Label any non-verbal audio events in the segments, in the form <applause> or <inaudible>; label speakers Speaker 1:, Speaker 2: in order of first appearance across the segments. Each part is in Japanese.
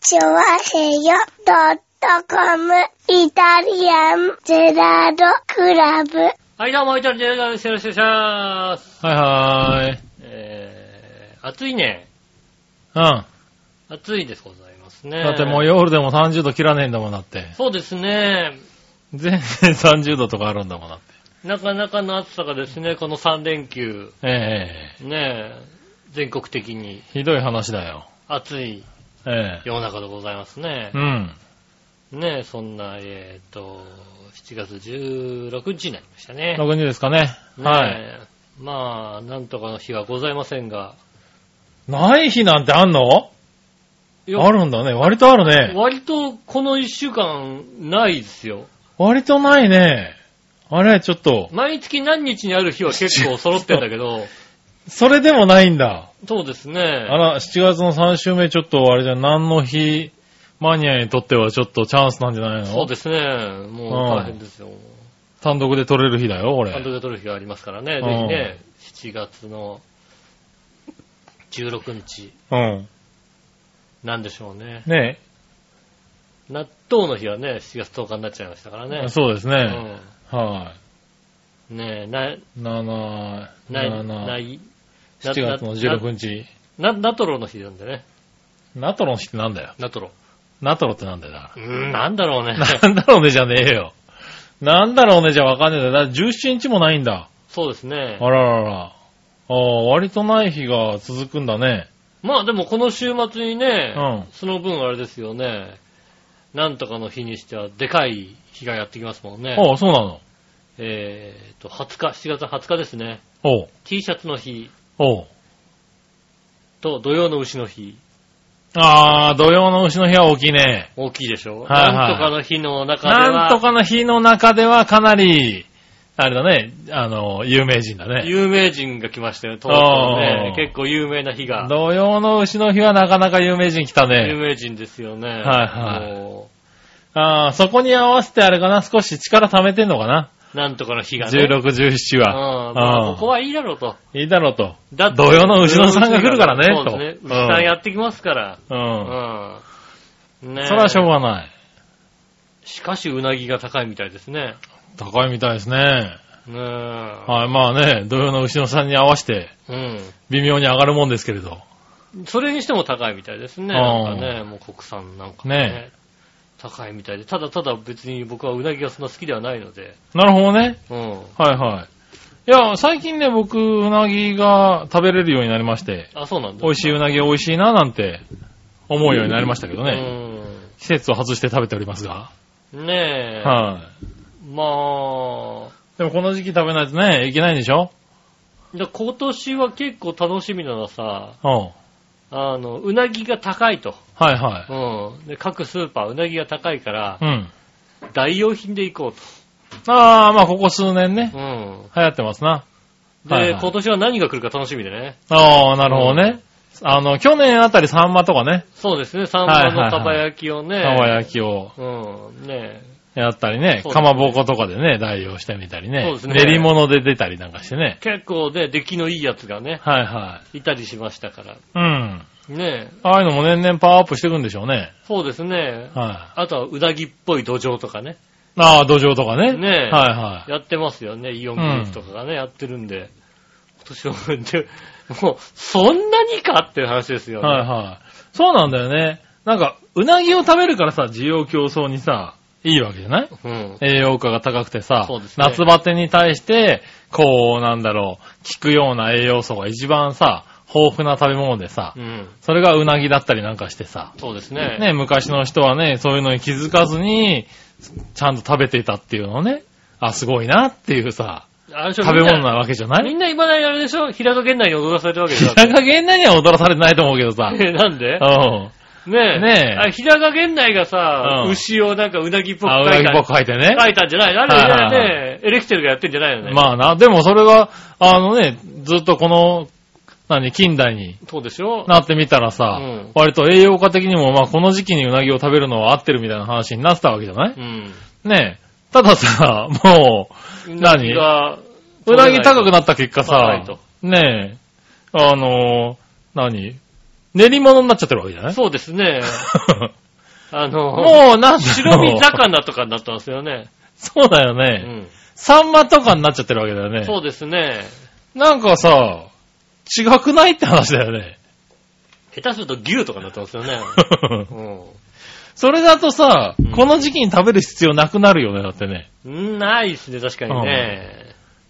Speaker 1: チョワヘヨドットコムイタリアンゼラードクラブ。
Speaker 2: はい、どうも、イタリアンジェラです。よろしくお願いします。
Speaker 3: はいはい。
Speaker 2: えー、暑いね。
Speaker 3: うん。
Speaker 2: 暑いですございますね。
Speaker 3: だってもう夜でも30度切らねえんだもんだって。
Speaker 2: そうですね。
Speaker 3: 全然30度とかあるんだもんだって。
Speaker 2: なかなかの暑さがですね、この3連休、
Speaker 3: え
Speaker 2: ねえ、全国的に
Speaker 3: えひどい話だよ。
Speaker 2: 暑い
Speaker 3: ええ
Speaker 2: 世の中でございますね
Speaker 3: う。ん。
Speaker 2: ねえ、そんな、えーと、7月16日になりましたね。
Speaker 3: 6日ですかね。
Speaker 2: ねえ
Speaker 3: はい。。
Speaker 2: まあ、なんとかの日はございませんが。
Speaker 3: ない日なんてあんの
Speaker 2: いや
Speaker 3: あるんだね。割とあるね。
Speaker 2: 割とこの1週間ないですよ。
Speaker 3: 割とないね。あれ、ちょっと。
Speaker 2: 毎月何日にある日は結構揃ってんだけど、
Speaker 3: それでもないんだ。
Speaker 2: そうです
Speaker 3: あ
Speaker 2: ね。
Speaker 3: ら、7月の3週目ちょっとあれじゃん、何の日マニアにとってはちょっとチャンスなんじゃないの
Speaker 2: そうですね。もう大変ですよ。
Speaker 3: 単独で取れる日だよ、俺。
Speaker 2: 監督で取る日がありますからね。ぜひね、7月の16日、
Speaker 3: うん。
Speaker 2: なんでしょうね。
Speaker 3: ね
Speaker 2: 納豆の日はね、7月10日になっちゃいましたからね。
Speaker 3: そうです
Speaker 2: う
Speaker 3: ね。は
Speaker 2: ん。ねえ、な、
Speaker 3: い。7、
Speaker 2: ない、な
Speaker 3: 7、
Speaker 2: い、な
Speaker 3: 7月の16日。
Speaker 2: な、なナトロの日なんでね。
Speaker 3: ナトロの日ってなんだよ。
Speaker 2: ナトロ。
Speaker 3: ナトロってなんだよだ
Speaker 2: うーん、なんだろうね。
Speaker 3: から。 <laughs> なんだろうねじゃねえよ。なんだろうねじゃわかんねえんだよ。だから17日もないんだ。
Speaker 2: そうですね。
Speaker 3: あららら。ああ、割とない日が続くんだね。
Speaker 2: まあでもこの週末にね、
Speaker 3: うん
Speaker 2: その分あれですよね、なんとかの日にしてはでかい日がやってきますもんね。
Speaker 3: ああ、そうなの。
Speaker 2: えーっと、20日、7月20日ですね。
Speaker 3: おう、
Speaker 2: T シャツの日
Speaker 3: おう。
Speaker 2: と土曜の牛の日、
Speaker 3: ああ、土曜の牛の日は大きいね。
Speaker 2: 大きいでしょ、
Speaker 3: はいはい
Speaker 2: なんとかの日の中で
Speaker 3: なんと
Speaker 2: は、
Speaker 3: かの日の中ではかなり、あれだね、あの、有名人だね。
Speaker 2: 有名人が来ましたよ、東京ね
Speaker 3: お。ー
Speaker 2: 結構有名な日が。
Speaker 3: 土曜の牛の日はなかなか有名人来た
Speaker 2: 有
Speaker 3: ね。
Speaker 2: 名人ですよね。はい
Speaker 3: はいああ、そこに合わせてあれかな、少し力貯めてんのかな。
Speaker 2: なんとかの日がね。
Speaker 3: 16、17
Speaker 2: うんまあ
Speaker 3: は。
Speaker 2: ここはいいだろうと。
Speaker 3: うん。いいだろうと。
Speaker 2: だって
Speaker 3: 土曜の牛のさんが来るからね
Speaker 2: そうですね。
Speaker 3: と
Speaker 2: 牛さんやってきますから。
Speaker 3: うん。
Speaker 2: うん。ねえ
Speaker 3: それはしょうがない。
Speaker 2: しかし、うなぎが高いみたいですね。
Speaker 3: 高いみたいですね。
Speaker 2: ねえ。
Speaker 3: はい、まあね、土曜の牛のさんに合わせて
Speaker 2: う
Speaker 3: 微妙に上がるもんですけれど。
Speaker 2: ん。それにしても高いみたいですね。なんかね、もう国産なんかね。
Speaker 3: ね
Speaker 2: 高いみたいで。ただただ別に僕はうなぎがそんな好きではないので。
Speaker 3: なるほどね。
Speaker 2: うん。
Speaker 3: はいはい。いや、最近ね、僕、うなぎが食べれるようになりまして、
Speaker 2: あ、そうなんだ。
Speaker 3: 美味しいうなぎ美味しいななんて思うようになりましたけどね。季節を外して食べておりますが。
Speaker 2: うん。ねえ。
Speaker 3: は
Speaker 2: まあ、
Speaker 3: い。でもこの時期食べないとね、いけないんでしょ
Speaker 2: で今年は結構楽しみなのはさ、
Speaker 3: うん。は
Speaker 2: あの、うなぎが高いと。
Speaker 3: いは
Speaker 2: うん。で、各スーパーうなぎが高いから
Speaker 3: い。う、ん。
Speaker 2: 代用品で行こう
Speaker 3: ああ、まあここ数年ね
Speaker 2: と。う、ん。
Speaker 3: 流行ってますな。
Speaker 2: で、
Speaker 3: はいはい
Speaker 2: 今年は何が来るか楽しみでね。
Speaker 3: ああ、なるほどね。あの、去年あたりサンマとかね、
Speaker 2: そうですね、サンマの
Speaker 3: はいはいはい
Speaker 2: 蒲焼きをね。
Speaker 3: 生焼きを
Speaker 2: うん、ね
Speaker 3: やったりね
Speaker 2: そ、う
Speaker 3: かまぼことかでね、代用してみたり
Speaker 2: そう
Speaker 3: ね
Speaker 2: ですね
Speaker 3: 練り物で出たりなんかしてね。
Speaker 2: 結構ね、出来のいいやつがね、
Speaker 3: はいはい。
Speaker 2: いたりしましたから。
Speaker 3: うん。
Speaker 2: ねえ
Speaker 3: ああいうのも年々パワーアップしていくんでしょうね。
Speaker 2: そうですね。
Speaker 3: は
Speaker 2: あとは、うなぎっぽい土壌とかね。
Speaker 3: い。ああ、土壌とかね。
Speaker 2: ねえ
Speaker 3: はいは
Speaker 2: やってますよね、イオングループとかがね、やってるんで。今年は、でもう、そんなにかっていう話です
Speaker 3: い。
Speaker 2: よね。
Speaker 3: はいはい。そうなんだよね。なんか、うなぎを食べるからさ、需要競争にさ、いいわけじゃない
Speaker 2: うん。
Speaker 3: 栄養価が高くてさ、
Speaker 2: そうですね
Speaker 3: 夏バテに対して、こう、なんだろう、効くような栄養素が一番さ、豊富な食べ物でさ、
Speaker 2: うん。
Speaker 3: それがうなぎだったりなんかしてさ、
Speaker 2: そうですね。
Speaker 3: ね、昔の人はね、そういうのに気づかずに、ちゃんと食べていたっていうのをね、あ、すごいなっていうさ、
Speaker 2: あれでしょ
Speaker 3: 食べ物な
Speaker 2: み
Speaker 3: わけじゃ
Speaker 2: んな
Speaker 3: な
Speaker 2: み
Speaker 3: い
Speaker 2: んな今だにあれでしょ平戸県内に踊らされてるわけでしょ
Speaker 3: 平賀源内には踊らされてないと思うけど
Speaker 2: <laughs>
Speaker 3: さ。う
Speaker 2: なんで
Speaker 3: ん。
Speaker 2: ねえ。
Speaker 3: ねえ
Speaker 2: あ、平賀源内がさ、
Speaker 3: うん書
Speaker 2: 牛をなんかうなぎっぽく
Speaker 3: あ、
Speaker 2: 描
Speaker 3: うないぎ
Speaker 2: た。
Speaker 3: っぽく書いてね。
Speaker 2: 描いたんじゃないのあれ
Speaker 3: はいはい
Speaker 2: ね、ねエレキテルがやってんじゃないのね。あ。
Speaker 3: まあな、でもそれが、あのね、ずっとこの、何、近代に
Speaker 2: そうでしょ
Speaker 3: なってみたらさ、
Speaker 2: うん
Speaker 3: 割と栄養価的にも、まあこの時期にうなぎを食べるのは合ってるみたいな話になってたわけじゃない
Speaker 2: うん。
Speaker 3: ねえ。たださ、もう、
Speaker 2: うなぎが、
Speaker 3: うなぎ高くなった結果
Speaker 2: 高
Speaker 3: さ
Speaker 2: いと、
Speaker 3: ねえ、あのー何練り物になっちゃってるわけじゃ <laughs> ない
Speaker 2: そうですね。あの、
Speaker 3: もうなんだろう
Speaker 2: 白身魚とかになってますよ
Speaker 3: <laughs>
Speaker 2: ね。
Speaker 3: そうだよ
Speaker 2: う
Speaker 3: ね。
Speaker 2: ん。
Speaker 3: サンマとかになっちゃってるわけだよね。
Speaker 2: そうですね。
Speaker 3: なんかさ、違くないって話だ
Speaker 2: <laughs>
Speaker 3: よね。
Speaker 2: 下手すると牛とかになってますよ
Speaker 3: <laughs>
Speaker 2: ね。う
Speaker 3: それだとさ、
Speaker 2: うん
Speaker 3: この時期に食べる必要なくなるよね、だってね。
Speaker 2: ん。ないですね、確かにね。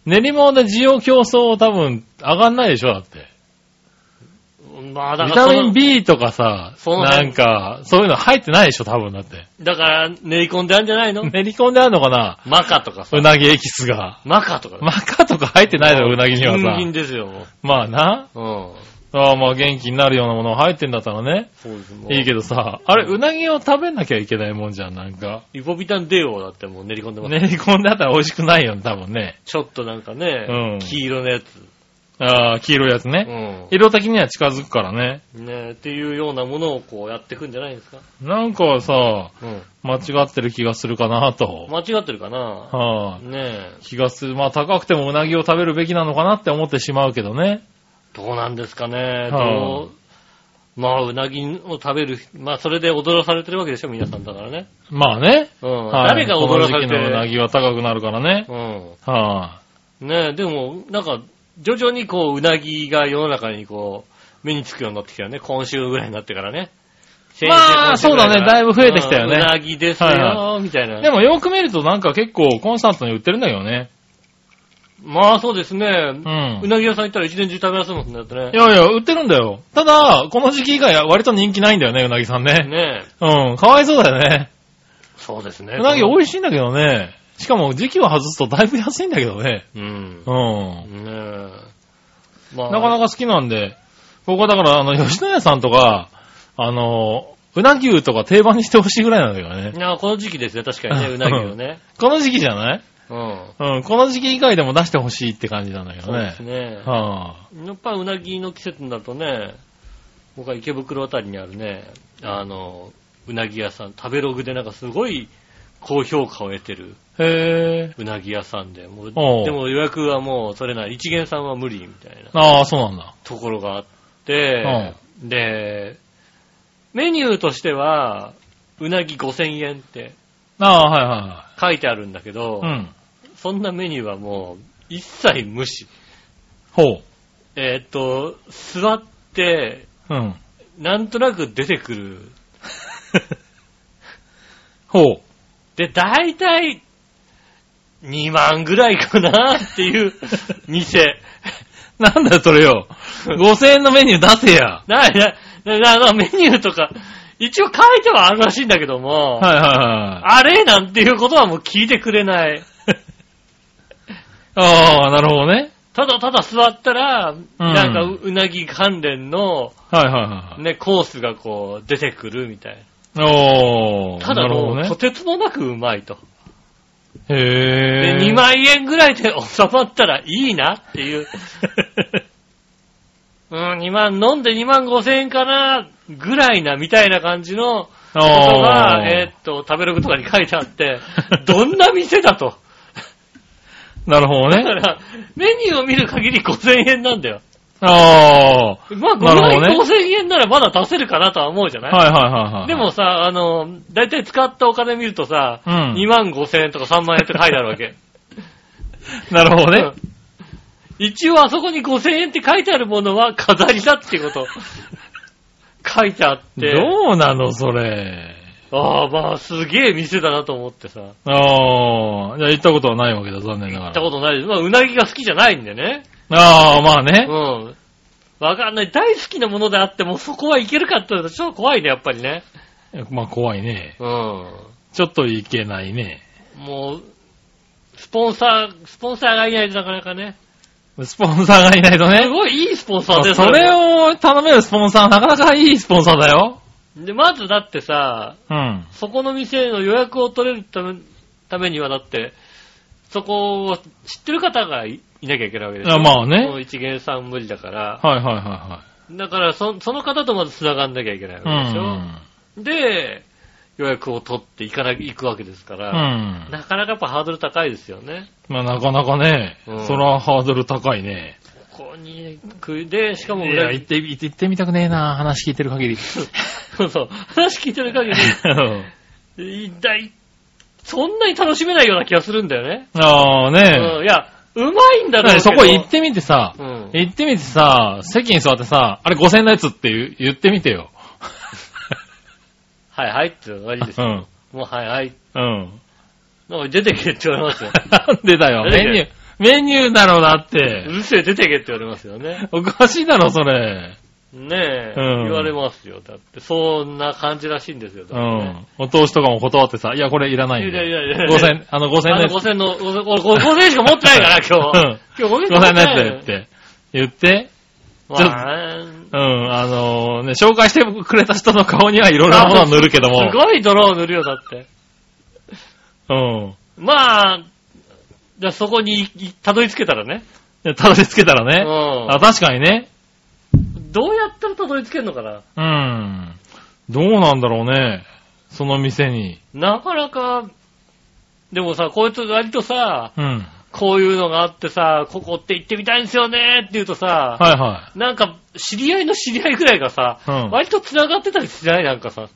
Speaker 3: 練り物で需要競争多分上がんないでしょ、だって。
Speaker 2: まあ、だ
Speaker 3: ビ
Speaker 2: から
Speaker 3: タ
Speaker 2: そ
Speaker 3: ミン
Speaker 2: の、
Speaker 3: B とかさ、
Speaker 2: その
Speaker 3: なんか、そういうの入ってないでしょ、多分だって。
Speaker 2: だから練り込んであるんじゃないの
Speaker 3: 練り込んであるのかな
Speaker 2: マカとかさ
Speaker 3: う。なぎエキスが。
Speaker 2: マカとか。
Speaker 3: マカとか入ってないだろ、うなぎには
Speaker 2: 金銀
Speaker 3: さ。
Speaker 2: ですよ、も
Speaker 3: まあな。
Speaker 2: う。うん。
Speaker 3: ああまあ元気になるようなもの入ってんだったらね。
Speaker 2: そうですもう
Speaker 3: いいけどさ、あれ、うなぎを食べなきゃいけないもんじゃん、なんか。
Speaker 2: イボビタンデオだってもう練り込んでます。
Speaker 3: 練り込んであったら美味しくないよね、多分ね。
Speaker 2: ちょっとなんかね、
Speaker 3: うん
Speaker 2: 黄色のやつ。
Speaker 3: ああ、黄色いやつね。
Speaker 2: う
Speaker 3: 色的には近づくからね。
Speaker 2: ん。ねっていうようなものをこうやっていくんじゃないですか。
Speaker 3: なんかさ、
Speaker 2: うん。
Speaker 3: 間違ってる気がするかなと。
Speaker 2: 間違ってるかな
Speaker 3: はあ、
Speaker 2: ねえ。
Speaker 3: 気がする。まあ高くてもうなぎを食べるべきなのかなって思ってしまうけどね。
Speaker 2: どうなんですかね。
Speaker 3: は
Speaker 2: どうまあ、うなぎを食べる、まあ、それで踊らされてるわけでしょ、皆さんだからね。
Speaker 3: まあね。
Speaker 2: うん。
Speaker 3: はい
Speaker 2: 誰が踊らされて
Speaker 3: この時期のうな
Speaker 2: る
Speaker 3: ぎは高くなるからね。
Speaker 2: う
Speaker 3: はあ、
Speaker 2: ん。ねえ、でも、なんか、徐々にこう、うなぎが世の中にこう、目につくようになってきたよね。今週ぐらいになってからね。
Speaker 3: まあ
Speaker 2: 先々週今週ぐら
Speaker 3: そうだね
Speaker 2: から
Speaker 3: だいぶ増えてきたよね
Speaker 2: うんうなぎですよ
Speaker 3: はい
Speaker 2: ー、みたいな。
Speaker 3: でもよく見るとなんか結構コンスタントに売ってるんだけどね。
Speaker 2: まあ、そうですね。
Speaker 3: うん
Speaker 2: う。なぎ屋さん行ったら一年中食べやすいもんね、だってね
Speaker 3: い。やいや、売ってるんだよ。ただ、この時期以外は割と人気ないんだよね、うなぎさんね。
Speaker 2: ねえ。
Speaker 3: うん、かわいそうだよね。
Speaker 2: そうですね。
Speaker 3: うなぎ美味しいんだけどね。しかも時期を外すとだいぶ安いんだけどね。
Speaker 2: うん。
Speaker 3: うん。
Speaker 2: ねえ。ま
Speaker 3: なかなか好きなんで、ここだから、あの、 <laughs> 吉野家さんとか、あの、うな牛とか定番にしてほしいぐらいなんだけどね。
Speaker 2: いや、この時期ですね、確かにね、うなぎをね。
Speaker 3: この時期じゃない <laughs>
Speaker 2: うん。
Speaker 3: うん、この時期以外でも出してほしいって感じなんだけど
Speaker 2: そうで
Speaker 3: ね
Speaker 2: す。ね。
Speaker 3: は
Speaker 2: やっぱうなぎの季節になるとね、僕は池袋あたりにあるね、あの、うなぎ屋さん、食べログでなんかすごい高評価を得てる
Speaker 3: あ、へえ。
Speaker 2: うなぎ屋さんで、もう、
Speaker 3: おう
Speaker 2: でも予約はもう取れない、一元さんは無理みたいな
Speaker 3: ああ、そうなんだ。
Speaker 2: ところがあって、で、メニューとしては、うなぎ5000円って
Speaker 3: ああ、は
Speaker 2: 書いてあるんだけど、
Speaker 3: いはいはい。うん。
Speaker 2: そんなメニューはもう一切無視。
Speaker 3: ほ
Speaker 2: えーっと、座って、
Speaker 3: う。うん。
Speaker 2: なんとなく出てくる。
Speaker 3: ほう。
Speaker 2: で、大体、2万ぐらいかなっていう
Speaker 3: <laughs>
Speaker 2: 店。
Speaker 3: なんだよ、そ
Speaker 2: <laughs>
Speaker 3: れよ。5000円のメニュー出せや。
Speaker 2: な、な、な、なメニューとか、一応書いてはあるらしいんだけども、
Speaker 3: はいはいはい。
Speaker 2: あれなんていうことはもう聞いてくれない。
Speaker 3: ああ、なるほどね。
Speaker 2: ただただ座ったら、なんかううなぎ関連の、
Speaker 3: はいはい
Speaker 2: ね、コースがこう出てくるみたい
Speaker 3: はい。おー、
Speaker 2: な。た
Speaker 3: な
Speaker 2: だ
Speaker 3: るほ
Speaker 2: もう、
Speaker 3: どね
Speaker 2: と。てつもなくうまいと。
Speaker 3: へ
Speaker 2: で、
Speaker 3: え。
Speaker 2: 2万円ぐらいで収まったらいいなって
Speaker 3: <laughs>
Speaker 2: いう。うん、2万、飲んで2万5千円かな、ぐらいな、みたいな感じのこと
Speaker 3: あ
Speaker 2: が、
Speaker 3: ー
Speaker 2: えーっと、食べログとかに書いてあ
Speaker 3: <laughs>
Speaker 2: って、どんな店だと。
Speaker 3: なるほど
Speaker 2: だか
Speaker 3: ね。
Speaker 2: ら、メニューを見る限り5千円なんだよ。
Speaker 3: ああ。
Speaker 2: まあ、
Speaker 3: なるほどね
Speaker 2: 5千円ならまだ出せるかなとは思うじゃない、
Speaker 3: はいはいはいはい。
Speaker 2: でも、さ、あの、だいたい使ったお金見るとさ、
Speaker 3: うん
Speaker 2: 2万5千円とか3万円って書いてあるわけ。
Speaker 3: なるほど
Speaker 2: う
Speaker 3: ね
Speaker 2: ん。一応あそこに5000円って書いてあるものは飾りだってこと。書いてあって。
Speaker 3: どうなの、それ。
Speaker 2: ああ、まあ、すげえ店だなと思ってさ。行
Speaker 3: ああ。じゃあ行ったことはないわけだ、残念ながら。
Speaker 2: ったことないです。まあ、うなぎが好きじゃないんでね。
Speaker 3: ああ、まあ
Speaker 2: う
Speaker 3: ね。
Speaker 2: ん。わかんない。大好きなものであっても、そこはいけるかって言うと、ちょっと怖いね、やっぱりね。
Speaker 3: まあ怖いね。
Speaker 2: うん。
Speaker 3: ちょっといけないね。
Speaker 2: もう、スポンサー、スポンサーがいないとなかなかね。
Speaker 3: スポンサーがいないと
Speaker 2: す
Speaker 3: ね。
Speaker 2: ごいいいスポンサー
Speaker 3: ま
Speaker 2: で
Speaker 3: あ
Speaker 2: す
Speaker 3: それ。を頼めるスポンサー、なかなかいいスポンサーだよ。
Speaker 2: で、まずだってさ、
Speaker 3: うん。
Speaker 2: そこの店の予約を取れるためためにはだって、そこを知ってる方がいいなきゃいけないわけです
Speaker 3: あまあね
Speaker 2: もう一元さん無理だから。
Speaker 3: はいはいは
Speaker 2: だからそ、その方とまず繋がんなきゃいけないわ
Speaker 3: いはい。
Speaker 2: けでしょ。で、予約を取って行かな、行くわけですか
Speaker 3: う
Speaker 2: ら、
Speaker 3: ん。うん。
Speaker 2: なかなかやっぱハードル高いですよね。
Speaker 3: まあなかなかね、
Speaker 2: うん
Speaker 3: それはハードル高いね。
Speaker 2: こに食いで、しかも
Speaker 3: いや、
Speaker 2: 裏
Speaker 3: 行
Speaker 2: 切
Speaker 3: って、行って行ってみたくねえな話聞いてる
Speaker 2: <laughs>
Speaker 3: 限り。
Speaker 2: そうそう。話聞いてる限り、一体、そんなに楽しめないような気がするんだよね。
Speaker 3: ああね
Speaker 2: うん。いや、うまいんだろう
Speaker 3: え。
Speaker 2: け
Speaker 3: そ
Speaker 2: ど
Speaker 3: こ行ってみてさ、
Speaker 2: うん
Speaker 3: 行ってみてさ、席に座ってさ、あれ5000円のやつって言う言ってみてよ。
Speaker 2: はいはいって終わ
Speaker 3: <laughs>
Speaker 2: りです
Speaker 3: う
Speaker 2: よ。
Speaker 3: ん。
Speaker 2: もうはいはい。
Speaker 3: うん。
Speaker 2: なんか出てけって言われますよ。
Speaker 3: <laughs> なんでだよ。
Speaker 2: 出て
Speaker 3: メ
Speaker 2: け
Speaker 3: ニュー、メニューだろうなっ
Speaker 2: う
Speaker 3: て。
Speaker 2: るせえ出てけって言われますよね。
Speaker 3: おかしいだろ、それ。
Speaker 2: ねえ、
Speaker 3: うん
Speaker 2: 言われますよ。だって、そんな感じらしいんですよ。だ
Speaker 3: う
Speaker 2: ってね
Speaker 3: ん。お通しとかも断ってさ、いや、これいらないん
Speaker 2: いやいやいや
Speaker 3: で
Speaker 2: いや。
Speaker 3: 5000、あの5000円の
Speaker 2: あの
Speaker 3: やつ。
Speaker 2: 5000の、5000俺5000しか持ってない
Speaker 3: <laughs>
Speaker 2: から、今日。今日5000し
Speaker 3: うん。
Speaker 2: か持
Speaker 3: 5000
Speaker 2: って
Speaker 3: 円の
Speaker 2: ない。
Speaker 3: やつでって言って、
Speaker 2: まあね
Speaker 3: うん、あのね、紹介してくれた人の顔にはいろいろなものを塗るけども
Speaker 2: す、ごい泥を塗るよ、だって。
Speaker 3: うん
Speaker 2: まあ、じゃあそこにいたどり着けたらね。
Speaker 3: で。たどり着けたらね。
Speaker 2: うん
Speaker 3: あ、確かにね。
Speaker 2: どうやったらたどり着けるのかな
Speaker 3: うん。どうなんだろうね。その店に。
Speaker 2: なかなか、でもさ、こいつ割とさ、
Speaker 3: うん。
Speaker 2: こういうのがあってさ、ここって行ってみたいんですよねって言うとさ、
Speaker 3: はいは
Speaker 2: なんか、知り合いの知り合いぐらいがさ、
Speaker 3: うん
Speaker 2: 割と繋がってたりしないなんかさ、
Speaker 3: い。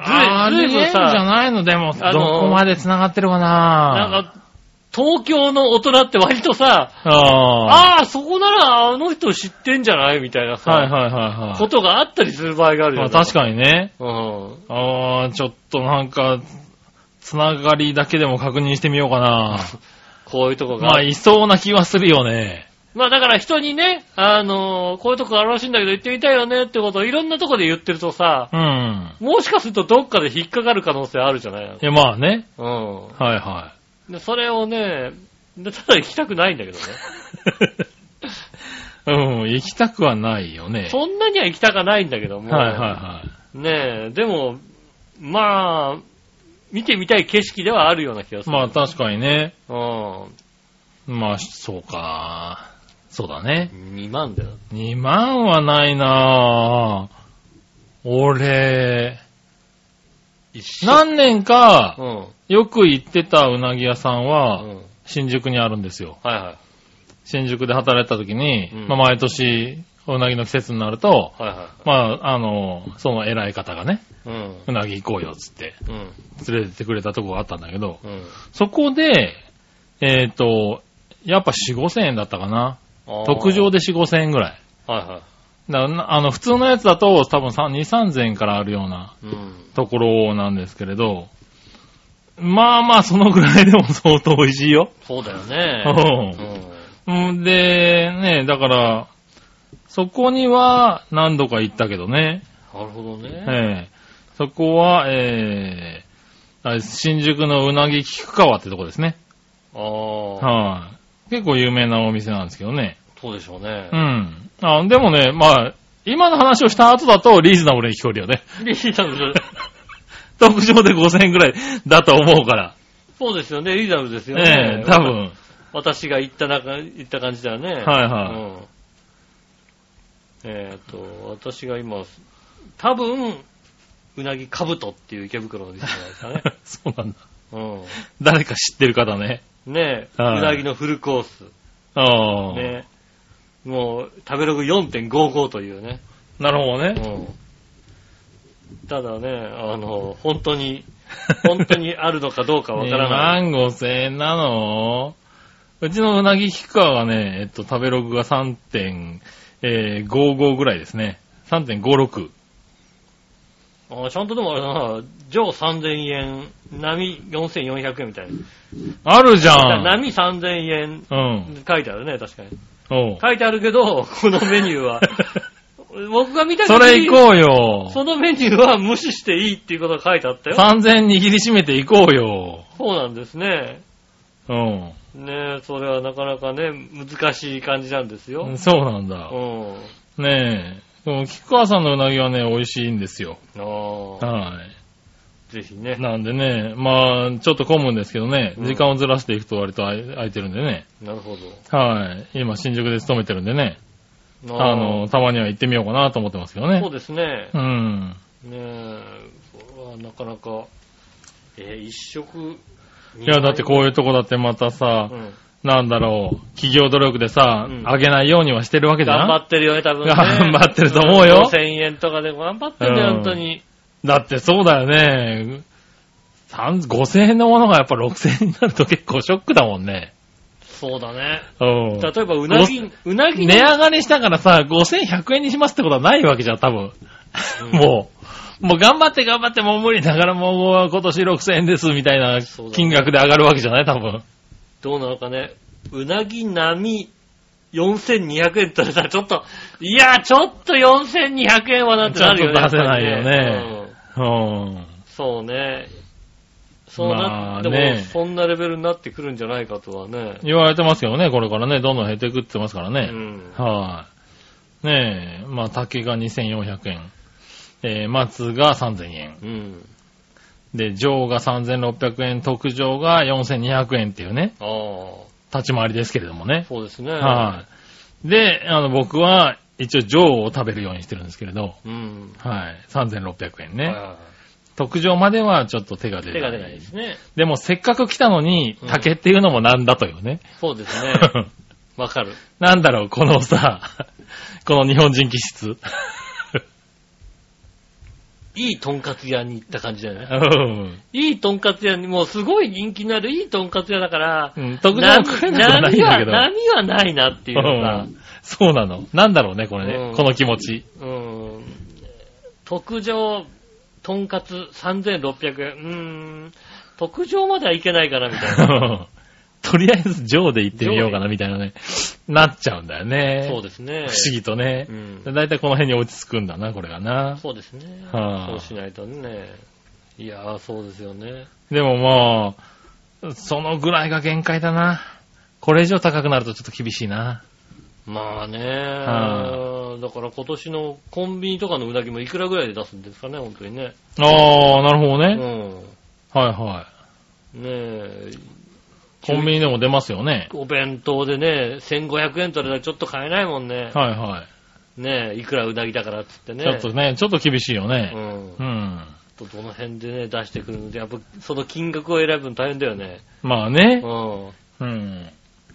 Speaker 2: あ
Speaker 3: ずいぶん
Speaker 2: ずいぶんさ
Speaker 3: じゃないの、でも、
Speaker 2: あの
Speaker 3: どこまで繋がってるかな
Speaker 2: なんか、東京の大人って割とさ、
Speaker 3: ああ。
Speaker 2: ああ、そこならあの人知ってんじゃないみたいなさ、
Speaker 3: はいはいはいは
Speaker 2: ことがあったりする場合があ
Speaker 3: い。
Speaker 2: る
Speaker 3: ま
Speaker 2: よ
Speaker 3: あ
Speaker 2: ね。
Speaker 3: 確かにね。
Speaker 2: うん。
Speaker 3: ああ、ちょっとなんか、つながりだけでも確認してみよう
Speaker 2: <laughs>
Speaker 3: かな。
Speaker 2: こういうとこが。
Speaker 3: まあ、いそうな気はするよね。
Speaker 2: まあだから人にね、あのーこういうとこあるらしいんだけど行ってみたいよねってことをいろんなとこで言ってるとさ、
Speaker 3: うん。
Speaker 2: もしかするとどっかで引っかかる可能性あるじゃない
Speaker 3: いや、まあね。
Speaker 2: の。
Speaker 3: はいは
Speaker 2: うん。でそれをね、でただ行きたくないんだけどね。
Speaker 3: い。 <laughs> うん、行きたくはないよね。
Speaker 2: そんなには行きたくないんだけども。
Speaker 3: はいはいはい。
Speaker 2: ねえ、でも、まあ、見てみたい景色ではあるような気がする。
Speaker 3: まあ確かにね。
Speaker 2: うん。
Speaker 3: まあ、そうか。そうだね。
Speaker 2: 2万だよ。
Speaker 3: 2万はないなぁ。俺、
Speaker 2: 一緒
Speaker 3: 何年か
Speaker 2: うん。
Speaker 3: よく行ってたうなぎ屋さん
Speaker 2: う
Speaker 3: は
Speaker 2: ん。
Speaker 3: 新宿にあるんですよ。
Speaker 2: はいは
Speaker 3: 新宿で働いてた時に、
Speaker 2: うん
Speaker 3: まあ毎年うなぎの季節になると、
Speaker 2: い。はいは
Speaker 3: まあ、あの、その偉い方がね、
Speaker 2: い。うん。
Speaker 3: うなぎ行こうよっつって
Speaker 2: うん。
Speaker 3: 連れてってくれたとこがあったんだけど、
Speaker 2: うん。
Speaker 3: そこで、えっ、と、やっぱ4、5千円だったかな。
Speaker 2: あー
Speaker 3: 特上で4、5千円ぐらい。
Speaker 2: はいは。
Speaker 3: だなあの、普通のやつだと多分3 2、3千円からあるようない
Speaker 2: うん。
Speaker 3: ところなんですけれど、まあまあ、そのぐらいでも相当美味しいよ。
Speaker 2: そうだよね。
Speaker 3: うんで、ね、だから、そこには何度か行ったけどね。
Speaker 2: なるほどね。
Speaker 3: ええそこは、えーあ新宿のうなぎ菊川ってとこですね。
Speaker 2: ああ、
Speaker 3: はい、結構有名なお店なんですけどね。
Speaker 2: そうでしょうね
Speaker 3: う。ん。あでもね、まあ、今の話をした後だとリーズナブルに聞こえるよね。
Speaker 2: リーダブ
Speaker 3: <laughs>
Speaker 2: ル。
Speaker 3: 特上で5000円ぐらいだと思うから。
Speaker 2: そうですよね、リーダブルですよ
Speaker 3: え
Speaker 2: ね
Speaker 3: え。多。分。
Speaker 2: 私が言った中、言った感じだよね。
Speaker 3: はいはい
Speaker 2: うんえっと、私が今、多分、うなぎかぶとっていう池袋の店じゃないです
Speaker 3: <laughs>
Speaker 2: かね。
Speaker 3: <laughs> そうなんだ。
Speaker 2: う
Speaker 3: 誰か知ってる方ね。
Speaker 2: ん。ねえ、う
Speaker 3: はい
Speaker 2: なぎのフルコース。
Speaker 3: ああ、
Speaker 2: ねもう、食べログ4.55というね。
Speaker 3: なるほどね。
Speaker 2: うん。ただね、あの、本当に、本当にあるのかどうかわからない。
Speaker 3: 2万5000円なのうちのうなぎ菊川がね、えっと、食べログが3.55ぐらいですね。3.56。
Speaker 2: あちゃんとでもあれだな、上3000円、波4400円みたい
Speaker 3: あるじゃ
Speaker 2: な。
Speaker 3: ん。
Speaker 2: 波3000円
Speaker 3: うん。
Speaker 2: 書いてあるね、確かに。
Speaker 3: おう
Speaker 2: 書いてあるけど、 <laughs> このメニュー
Speaker 3: <laughs>
Speaker 2: は。僕が見た
Speaker 3: それ
Speaker 2: 限
Speaker 3: 行
Speaker 2: り
Speaker 3: こうよ。
Speaker 2: そのメニューは無視していいっていうことが書いてあったよ。
Speaker 3: 3000円握りしめて行こうよ。
Speaker 2: そうなんですね。
Speaker 3: うん。
Speaker 2: ねえ、それはなかなかね、難しい感じなんですよ。
Speaker 3: そうなんだ
Speaker 2: う。ん。あ
Speaker 3: ねえ。でも、菊川さんのうなぎはね、美味しいんですよ。
Speaker 2: あ、
Speaker 3: は
Speaker 2: ぜひね
Speaker 3: い。。なんでね、まあ、ちょっと混むんですけどね、
Speaker 2: うん
Speaker 3: 時間をずらしていくと割と空い空いてるんでね。
Speaker 2: なるほど。
Speaker 3: はい。今、新宿で勤めてるんでね、あの、たまには行ってみようかなと思ってますけどね
Speaker 2: そう。ですね。
Speaker 3: うん。
Speaker 2: ねえ、これはなかなか、えー一食。
Speaker 3: いや、だってこういうとこだってまたさ
Speaker 2: う、ん。
Speaker 3: なんだろう、企業努力でさ、
Speaker 2: うん
Speaker 3: 上げないようにはしてるわけじゃ
Speaker 2: 頑張
Speaker 3: ん
Speaker 2: ってるよね、多分ね。
Speaker 3: <laughs> 頑張ってると思うよ
Speaker 2: ん5000円とかで頑張ってるよ、
Speaker 3: うん
Speaker 2: 本当に。
Speaker 3: だってそうだよね。三5000円のものがやっぱ6000円になると結構ショックだもんね。
Speaker 2: そうだね。
Speaker 3: うん。
Speaker 2: 例えば、うなぎ、うなぎ
Speaker 3: 値
Speaker 2: の
Speaker 3: 上がりしたからさ、5100円にしますってことはないわけじゃん、多分。
Speaker 2: うん
Speaker 3: もう、もう頑張って頑張ってもう無理だからもう今年6000円ですみたいな
Speaker 2: そうだね
Speaker 3: 金額で上がるわけじゃない、多分。
Speaker 2: どうなのかね。うなぎ並4200円って言ったらさ、ちょっと、いや、ちょっと4200円はなんてなるよね。
Speaker 3: ちょっと出せないよね
Speaker 2: やっぱりうん
Speaker 3: うん。
Speaker 2: そうね。そうな、
Speaker 3: まあ
Speaker 2: で
Speaker 3: ね
Speaker 2: も、そんなレベルになってくるんじゃないかとはね。
Speaker 3: 言われてますけどね、これからね、どんどん減っていくって言ってますから
Speaker 2: う
Speaker 3: ね。
Speaker 2: ん。
Speaker 3: はい。ねえ、まあ、竹が2400円。えー、松が3000円。
Speaker 2: うん。
Speaker 3: で、上が3600円、特上が4200円っていうね、
Speaker 2: ああ、
Speaker 3: 立ち回りですけれどもね。
Speaker 2: そうですね。
Speaker 3: はい。で、あの、僕は一応上を食べるようにしてるんですけれど、
Speaker 2: うん。
Speaker 3: はい。3600円ね。
Speaker 2: はいはいは
Speaker 3: 特上まではちょっと手が
Speaker 2: い
Speaker 3: 出
Speaker 2: 手
Speaker 3: な
Speaker 2: が
Speaker 3: い。
Speaker 2: 出ないですね。
Speaker 3: でもせっかく来たのに
Speaker 2: うん、
Speaker 3: 竹っていうのもなんだというね。
Speaker 2: そうですね。わかる。
Speaker 3: <laughs> なんだろう、このさ、この日本人気質。
Speaker 2: いいとんかつ屋に行った感じだよね。
Speaker 3: うん
Speaker 2: いいとんかつ屋に、もうすごい人気のあるいいとんかつ屋だから、
Speaker 3: うん特上は食えなくはないんだけど。
Speaker 2: 波は波はないなっていう
Speaker 3: う
Speaker 2: か
Speaker 3: んそうなの。なんだろうね、これね
Speaker 2: う。ん
Speaker 3: この気持ち。
Speaker 2: さ、うん、特上、とんかつ3600円、うーん、特上まではいけないかなみたいな。
Speaker 3: とりあえず上で行ってみようかな、みたいなね。なっちゃうんだよ <laughs> ね。
Speaker 2: そうですね。
Speaker 3: 不思議とね。
Speaker 2: うん
Speaker 3: だいたいこの辺に落ち着くんだな、これがな。
Speaker 2: そうですね。
Speaker 3: はあ
Speaker 2: そうしないとね。いやー、そうですよね。
Speaker 3: でももう、そのぐらいが限界だな。これ以上高くなるとちょっと厳しいな。
Speaker 2: まあね、
Speaker 3: は
Speaker 2: だから今年のコンビニとかのうなぎもいくらぐらいで出すんですかね、本当にね。
Speaker 3: ああ、なる
Speaker 2: う
Speaker 3: ほどね。
Speaker 2: ん。
Speaker 3: はいはい。
Speaker 2: ねえ、
Speaker 3: コンビニでも出ますよね。
Speaker 2: お弁当でね、1500円取れたらちょっと買えないもんね。
Speaker 3: はいは
Speaker 2: ねえ、いくらうなぎだからっつって
Speaker 3: い。
Speaker 2: ね。
Speaker 3: ちょっとね、ちょっと厳しいよ
Speaker 2: う
Speaker 3: ね。
Speaker 2: ん
Speaker 3: う。ん。
Speaker 2: ちょっとどの辺でね、出してくるので、やっぱその金額を選ぶの大変だよね。
Speaker 3: まあ
Speaker 2: うん
Speaker 3: ね。。うん。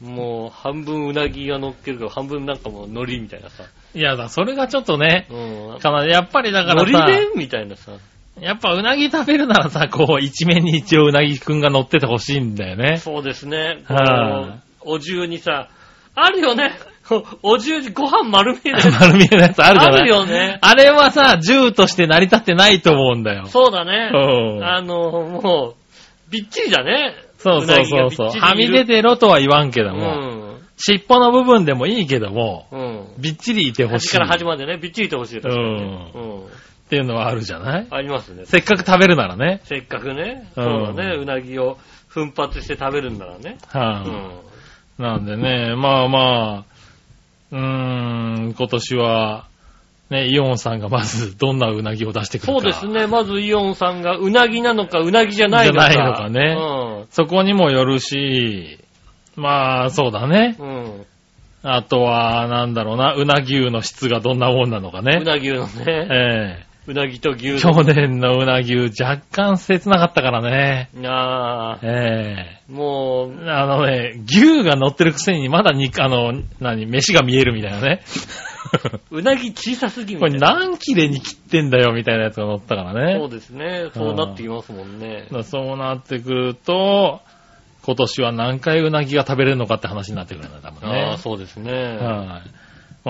Speaker 2: もう半分うなぎが乗っけるけど、半分なんかもう海苔みたいなさ。
Speaker 3: いやだ、それがちょっとね、
Speaker 2: うん。
Speaker 3: かなり、やっぱりだから
Speaker 2: 海苔
Speaker 3: さ、
Speaker 2: 弁みたいなさ。
Speaker 3: やっぱうなぎ食べるならさ、こう、一面に一応うなぎくんが乗っててほしいんだよね。
Speaker 2: そうですね。
Speaker 3: は
Speaker 2: こうお重にさ、あるよね。 <laughs> お重にご飯丸見 <laughs> え
Speaker 3: <laughs>
Speaker 2: ない。
Speaker 3: 丸見えのやつあるじゃない
Speaker 2: あるよね
Speaker 3: あれはさ、銃として成り立ってないと思うんだよ。
Speaker 2: そうだね。
Speaker 3: うん
Speaker 2: <laughs> あの、もう、びっちりだね。
Speaker 3: そうそうそうそう。はみ出てろとは言わんけ
Speaker 2: た
Speaker 3: ども、
Speaker 2: ん。
Speaker 3: 尻尾の部分でもいいけども、
Speaker 2: うん。
Speaker 3: びっちりいてほしい。
Speaker 2: 端から端までね、びっちりと欲しい。確かにね
Speaker 3: う
Speaker 2: うん。
Speaker 3: っていうのはあるじゃない
Speaker 2: ありますね。
Speaker 3: せっかく食べるならね。
Speaker 2: せっかくね、
Speaker 3: う
Speaker 2: そ
Speaker 3: ん
Speaker 2: うだね、うなぎを奮発して食べるんならね。う
Speaker 3: はい、
Speaker 2: ん。
Speaker 3: なんでね、まあまあ、うーん、今年は、ね、イオンさんがまずどんなうなぎを出してくる
Speaker 2: そ
Speaker 3: か。
Speaker 2: うです。ね、まずイオンさんがうなぎなのかうなぎじゃないのか。
Speaker 3: じゃないのかねそこにもよるし、まあ、そうだね。
Speaker 2: うん。うん。
Speaker 3: あとは、なんだろうな、うな牛の質がどんなもんなのか
Speaker 2: う
Speaker 3: ね。
Speaker 2: なぎのね、
Speaker 3: え
Speaker 2: うなぎと
Speaker 3: え
Speaker 2: 牛
Speaker 3: 去
Speaker 2: の。
Speaker 3: 年のうな牛、若干切なかったからね。
Speaker 2: ああ、
Speaker 3: え
Speaker 2: も
Speaker 3: え
Speaker 2: う、
Speaker 3: あのね、牛が乗ってるくせにまだ肉、あの、何、飯が見えるみたい
Speaker 2: <laughs>
Speaker 3: なね。
Speaker 2: うなぎ小さすぎみ
Speaker 3: こ
Speaker 2: た
Speaker 3: れ
Speaker 2: いな。
Speaker 3: 何切れに切ってんだよみたいなやつが乗ったからね。
Speaker 2: そうですね、そうなってきますもんね
Speaker 3: だか。らそうなってくると、今年は何回うなぎが食べれるのかって話になってくるんだ、多分
Speaker 2: あ
Speaker 3: ね
Speaker 2: あ、。そうですね。
Speaker 3: はい。ま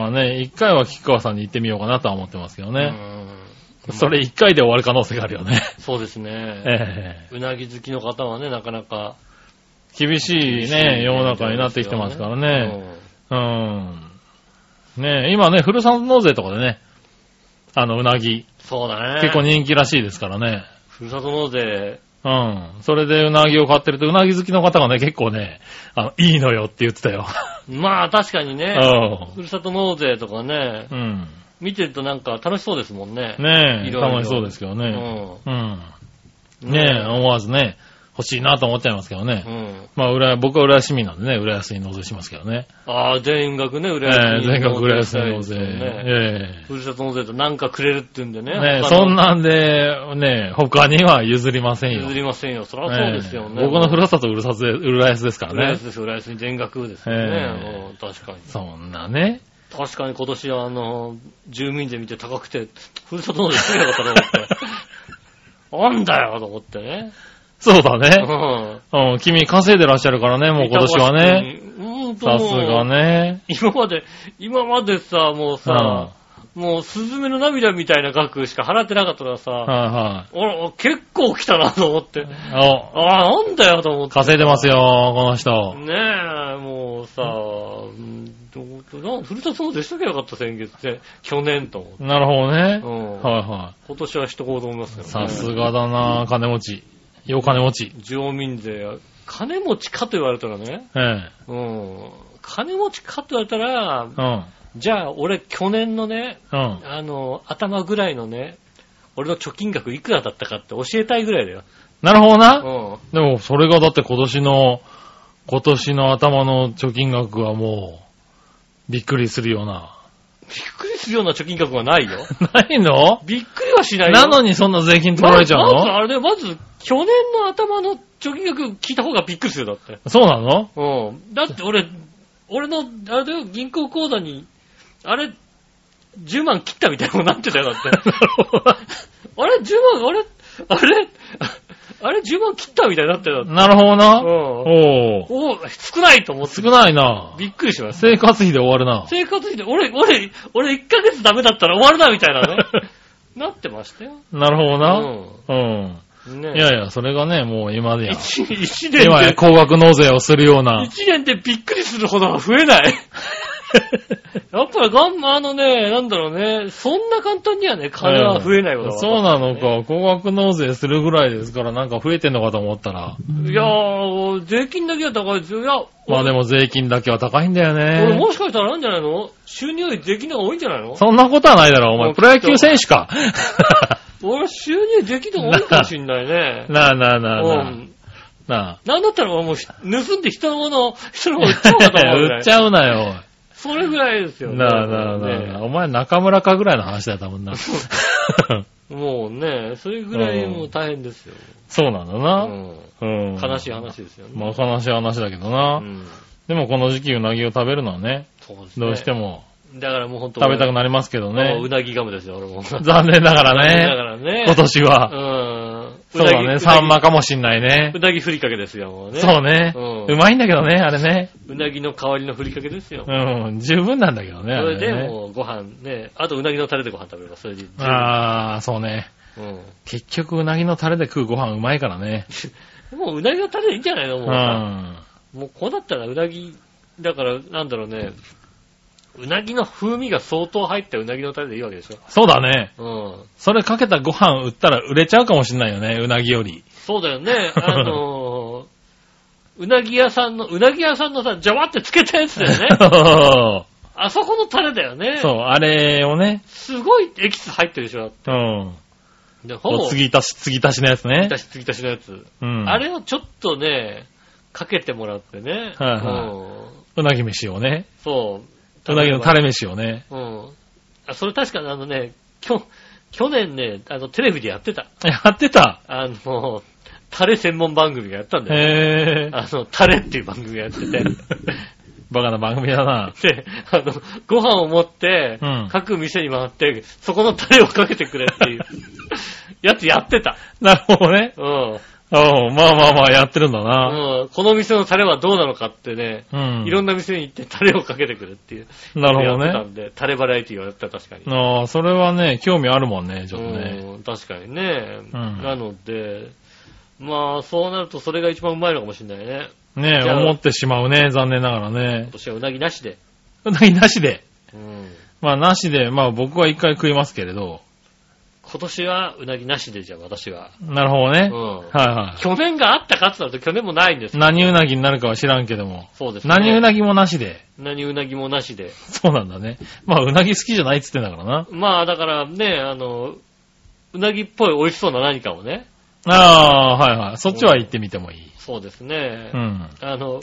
Speaker 3: あね、一回は菊川さんに行ってみようかなとは思ってますけどね。
Speaker 2: うん
Speaker 3: <laughs> それ一回で終わる可能性があるよ
Speaker 2: <laughs>
Speaker 3: ね。
Speaker 2: そうですね。
Speaker 3: ええ
Speaker 2: うなぎ好きの方はね、なかなか。
Speaker 3: <laughs> 厳しいね、世の中になってきてますからね。
Speaker 2: うん。
Speaker 3: うん。ね今ね、ふるさと納税とかでね、あの、うなぎ、
Speaker 2: そうだね。
Speaker 3: 結構人気らしいですからね。
Speaker 2: ふるさと納税、
Speaker 3: うん。それでうなぎを買ってると、うなぎ好きの方がね、結構ね、あの、いいのよって言ってたよ。
Speaker 2: まあ確かにね、
Speaker 3: <laughs> う
Speaker 2: ふるさと納税とかね、
Speaker 3: ん。うん。
Speaker 2: 見てるとなんか楽しそうですもんね。
Speaker 3: ねえ、
Speaker 2: いろいろ
Speaker 3: 楽しそうですけどね。うん。
Speaker 2: うん。
Speaker 3: ねえ、思わずね、欲しいなと思っちゃいますけどね。
Speaker 2: うん。
Speaker 3: まあ、浦安僕は浦安市民なんでね、浦安に納税しますけどね。
Speaker 2: ああ、全額ね、
Speaker 3: え
Speaker 2: 浦安
Speaker 3: え
Speaker 2: に。
Speaker 3: 全額浦安に納税。
Speaker 2: ね
Speaker 3: え
Speaker 2: ふるさと納税となんかくれるって言うんで
Speaker 3: え
Speaker 2: ね。他
Speaker 3: ね
Speaker 2: の
Speaker 3: そんなんで、ね他には譲りませんよ。
Speaker 2: 譲りませんよ。そりゃそうですよね。
Speaker 3: ええ僕のふるさと浦安で浦安ですから
Speaker 2: 浦
Speaker 3: ね
Speaker 2: 安。ですよ、浦安に全額ですよ
Speaker 3: え
Speaker 2: ね。うん確かに。
Speaker 3: そんなね。
Speaker 2: 確かに今年はあの、住民税見て高くて、ふるさと納税してなかったと思って。なんだよと思って <laughs> ね。
Speaker 3: そう
Speaker 2: <laughs>
Speaker 3: だね。
Speaker 2: うん
Speaker 3: うん、君稼いでらっしゃるからね、もう今年は
Speaker 2: う
Speaker 3: ね。。
Speaker 2: んとも
Speaker 3: さ
Speaker 2: う
Speaker 3: すがね。
Speaker 2: 今まで、今までさ、もう
Speaker 3: うん。は
Speaker 2: さ、もうスズメの涙みたいな額しか払ってなかったから
Speaker 3: い
Speaker 2: さ、
Speaker 3: は
Speaker 2: 俺、結構来たなと思って。
Speaker 3: い。お、
Speaker 2: ああ、なんだよと思って。
Speaker 3: 稼いでますよ、この人。
Speaker 2: ねえ、もうさ、うんどなふるさと納税しとけばよかった先月で、去年と思って。
Speaker 3: なるほどね
Speaker 2: う。ん
Speaker 3: はいは
Speaker 2: 今年はしとこうと思いますよ
Speaker 3: い。
Speaker 2: ね。
Speaker 3: さすがだな、金持ち。よ、金持ち。
Speaker 2: 住民税、金持ちかと言われたらね、
Speaker 3: ええ。
Speaker 2: うん。金持ちかと言われたら、
Speaker 3: うん。
Speaker 2: じゃあ俺去年のね、
Speaker 3: うん。
Speaker 2: あの、頭ぐらいのね、俺の貯金額いくらだったかって教えたいぐらいだよ。
Speaker 3: なるほどな。
Speaker 2: う
Speaker 3: でも、それがだって今年の、今年の頭の貯金額はもう、びっくりするような。
Speaker 2: ん。びっくりするような貯金額はないよ。
Speaker 3: <laughs> ないの
Speaker 2: びっくりはしないよ。
Speaker 3: なのにそんな税金取られちゃう
Speaker 2: まずまず
Speaker 3: の
Speaker 2: あれで、まず、去年の頭の貯金額聞いた方がびっくりするよ、だって。
Speaker 3: そうなの
Speaker 2: うん。だって俺、俺の、あれだよ、銀行口座に、あれ、10万切ったみたいなもんなってたよ、だ
Speaker 3: <laughs>
Speaker 2: って。あれ、10万、あれ、あれ、あれ、10万切ったみたいになってたよ、だって。
Speaker 3: なるほどな。
Speaker 2: うん。
Speaker 3: おお。
Speaker 2: お少ないと思って
Speaker 3: 少。ないな。
Speaker 2: びっくりしました。
Speaker 3: 生活費で終わるな。
Speaker 2: 生活費で、俺、俺、俺1ヶ月ダメだったら終わるな、みたい
Speaker 3: <laughs>
Speaker 2: なね。なってましたよ。
Speaker 3: なるほどな。
Speaker 2: う
Speaker 3: うん。
Speaker 2: ん。ね
Speaker 3: いやいや、それがね、もう今でや。
Speaker 2: 一一年
Speaker 3: 今や
Speaker 2: で、
Speaker 3: 高額納税をするような。
Speaker 2: 一年でびっくりするほどは増え
Speaker 3: <laughs>
Speaker 2: ない。やっぱりガンマあのね、なんだろうね、そんな簡単にはね、金は増えないことが
Speaker 3: そうなの。か。高額納税するぐらいですから、なんか増えてんのかと思ったら。
Speaker 2: いやー、税金だけは高いですよ。いや、
Speaker 3: まあでも税金だけは高いんだよ
Speaker 2: 俺
Speaker 3: ね。
Speaker 2: もしかしたらなんじゃないの収入より税金の方が多いんじゃないの
Speaker 3: そんなことはないだろ、お前。プロ野球選
Speaker 2: <laughs>
Speaker 3: 手か。
Speaker 2: 俺収入税金の方が多いかもしんないね。
Speaker 3: <laughs> なあなあなあ
Speaker 2: う
Speaker 3: なあ。
Speaker 2: ん。
Speaker 3: なあ。
Speaker 2: なんだったら俺もう盗んで人のものを、 <laughs> 人のもの売っちゃおうかと思うぐら
Speaker 3: 売
Speaker 2: い
Speaker 3: っち。ゃうなよ。
Speaker 2: それぐらいですよね。
Speaker 3: なあなあなあ。お前中村かぐらいの話だよ、多分な。
Speaker 2: ねもうね、それぐらいもう大変ですよ。
Speaker 3: そうなんだ
Speaker 2: う
Speaker 3: な。
Speaker 2: ん。
Speaker 3: うん。
Speaker 2: 悲しい。話ですよね。
Speaker 3: まあ悲しい話だけどな。
Speaker 2: うん。
Speaker 3: でもこの時期うなぎを食べるのはね、
Speaker 2: そうですね。
Speaker 3: どうしても
Speaker 2: だからもう本当
Speaker 3: 食べたくなりますけ
Speaker 2: も
Speaker 3: ど
Speaker 2: うう
Speaker 3: ね。
Speaker 2: なぎガムですよ、俺も。
Speaker 3: 残念ながら
Speaker 2: だか
Speaker 3: ね、
Speaker 2: らね。
Speaker 3: 今年は。
Speaker 2: うん。
Speaker 3: そうだね、サンマ
Speaker 2: か。
Speaker 3: かもしんないね
Speaker 2: う。なぎふりかけですよ、もうね。
Speaker 3: そうね。
Speaker 2: うん
Speaker 3: うまいんだけどね、あれね。
Speaker 2: うなぎの代わりのふりかけですよ。
Speaker 3: うん、十分なんだけどね、
Speaker 2: そ
Speaker 3: あ
Speaker 2: れ
Speaker 3: れ
Speaker 2: で
Speaker 3: ね。
Speaker 2: もうご飯ね、あとうなぎのタレでご飯食べれば、それで。
Speaker 3: あー、そうね。
Speaker 2: う
Speaker 3: 結局うなぎのタレで食うご飯うまいからね。
Speaker 2: ん。もううなぎのタレでいいんじゃないのも
Speaker 3: う
Speaker 2: うさ。
Speaker 3: ん。
Speaker 2: もうこうなったらうなぎ、だからなんだろうね、うなぎの風味が相当入ったうなぎのタレでいいわけでしょ。
Speaker 3: そうだね。
Speaker 2: うん。
Speaker 3: それかけたご飯売ったら売れちゃうかもしんないよね、うなぎより。
Speaker 2: そうだよね。あのー、
Speaker 3: <laughs>
Speaker 2: うなぎ屋さんの、うなぎ屋さんのさ、ジャワってつけたやつだよね。
Speaker 3: <laughs>
Speaker 2: あそこのタレだよね。
Speaker 3: そう、あれをね、
Speaker 2: すごいエキス入ってるでしょ。
Speaker 3: うん。
Speaker 2: で、ほ
Speaker 3: こ
Speaker 2: ぼ、
Speaker 3: う、継
Speaker 2: 継ぎ
Speaker 3: ぎ足し、継ぎ足しのやつね。
Speaker 2: 足し、継ぎ足しのやつ。
Speaker 3: うん。
Speaker 2: あれをちょっとね、かけてもらってね。
Speaker 3: はいはい
Speaker 2: うん
Speaker 3: うなぎ飯をね。
Speaker 2: そう。
Speaker 3: うなぎのタレ飯をね。 <laughs>
Speaker 2: うん。あ、それ確かにあのね、きょ、去年ね、あの、テレビでやってた。
Speaker 3: やってた。
Speaker 2: あの、タレ専門番組がやったんだよ。
Speaker 3: へー。
Speaker 2: あの、タレっていう番組がやって
Speaker 3: <laughs>
Speaker 2: て。
Speaker 3: バカな番組だな。
Speaker 2: で、あの、ご飯を持って、
Speaker 3: うん
Speaker 2: 各店に回って、そこのタレをかけてくれ
Speaker 3: <laughs>
Speaker 2: っていうやつやってた。
Speaker 3: なるほどね。
Speaker 2: うん。
Speaker 3: おうまあまあまあ、やってるんだな。
Speaker 2: うん、この店のタレはどうなのかってね、
Speaker 3: うん。
Speaker 2: いろ
Speaker 3: ん
Speaker 2: んな店に行ってタレをかけてくるっていう。
Speaker 3: なるほど
Speaker 2: やってた
Speaker 3: ね。
Speaker 2: んで、タレバラエティーをやった確かに。
Speaker 3: ああ、それはね、興味あるもんね、ちょっとね。
Speaker 2: うん確かにね、
Speaker 3: うん
Speaker 2: なので、まあそうなるとそれが一番うまいのかもしれないね。
Speaker 3: ね
Speaker 2: じゃあ
Speaker 3: 思ってしまうね、残念ながら
Speaker 2: 今
Speaker 3: ね。
Speaker 2: 年はうなぎなしで。
Speaker 3: うなぎなしで。
Speaker 2: うん
Speaker 3: まあ、なしで、まあ僕は一回食いますけれど。
Speaker 2: 今年はうなぎなしでじゃあ私は。
Speaker 3: なるほど
Speaker 2: う
Speaker 3: ね。
Speaker 2: ん
Speaker 3: はいはい。
Speaker 2: 去年があったかって言ったら去年もないんですよ
Speaker 3: 何うなぎになるかは知らんけども。
Speaker 2: そうですね。
Speaker 3: 何うなぎもなしで。
Speaker 2: 何うなぎもなしで。
Speaker 3: そうなんだね。まあ、うなぎ好きじゃないっつってんだからな。
Speaker 2: まあだからね、あの、うなぎっぽい美味しそうな何かをね、
Speaker 3: ああ、はいはい。そっちは行ってみてもいい。
Speaker 2: そうですね。
Speaker 3: うん。
Speaker 2: あの、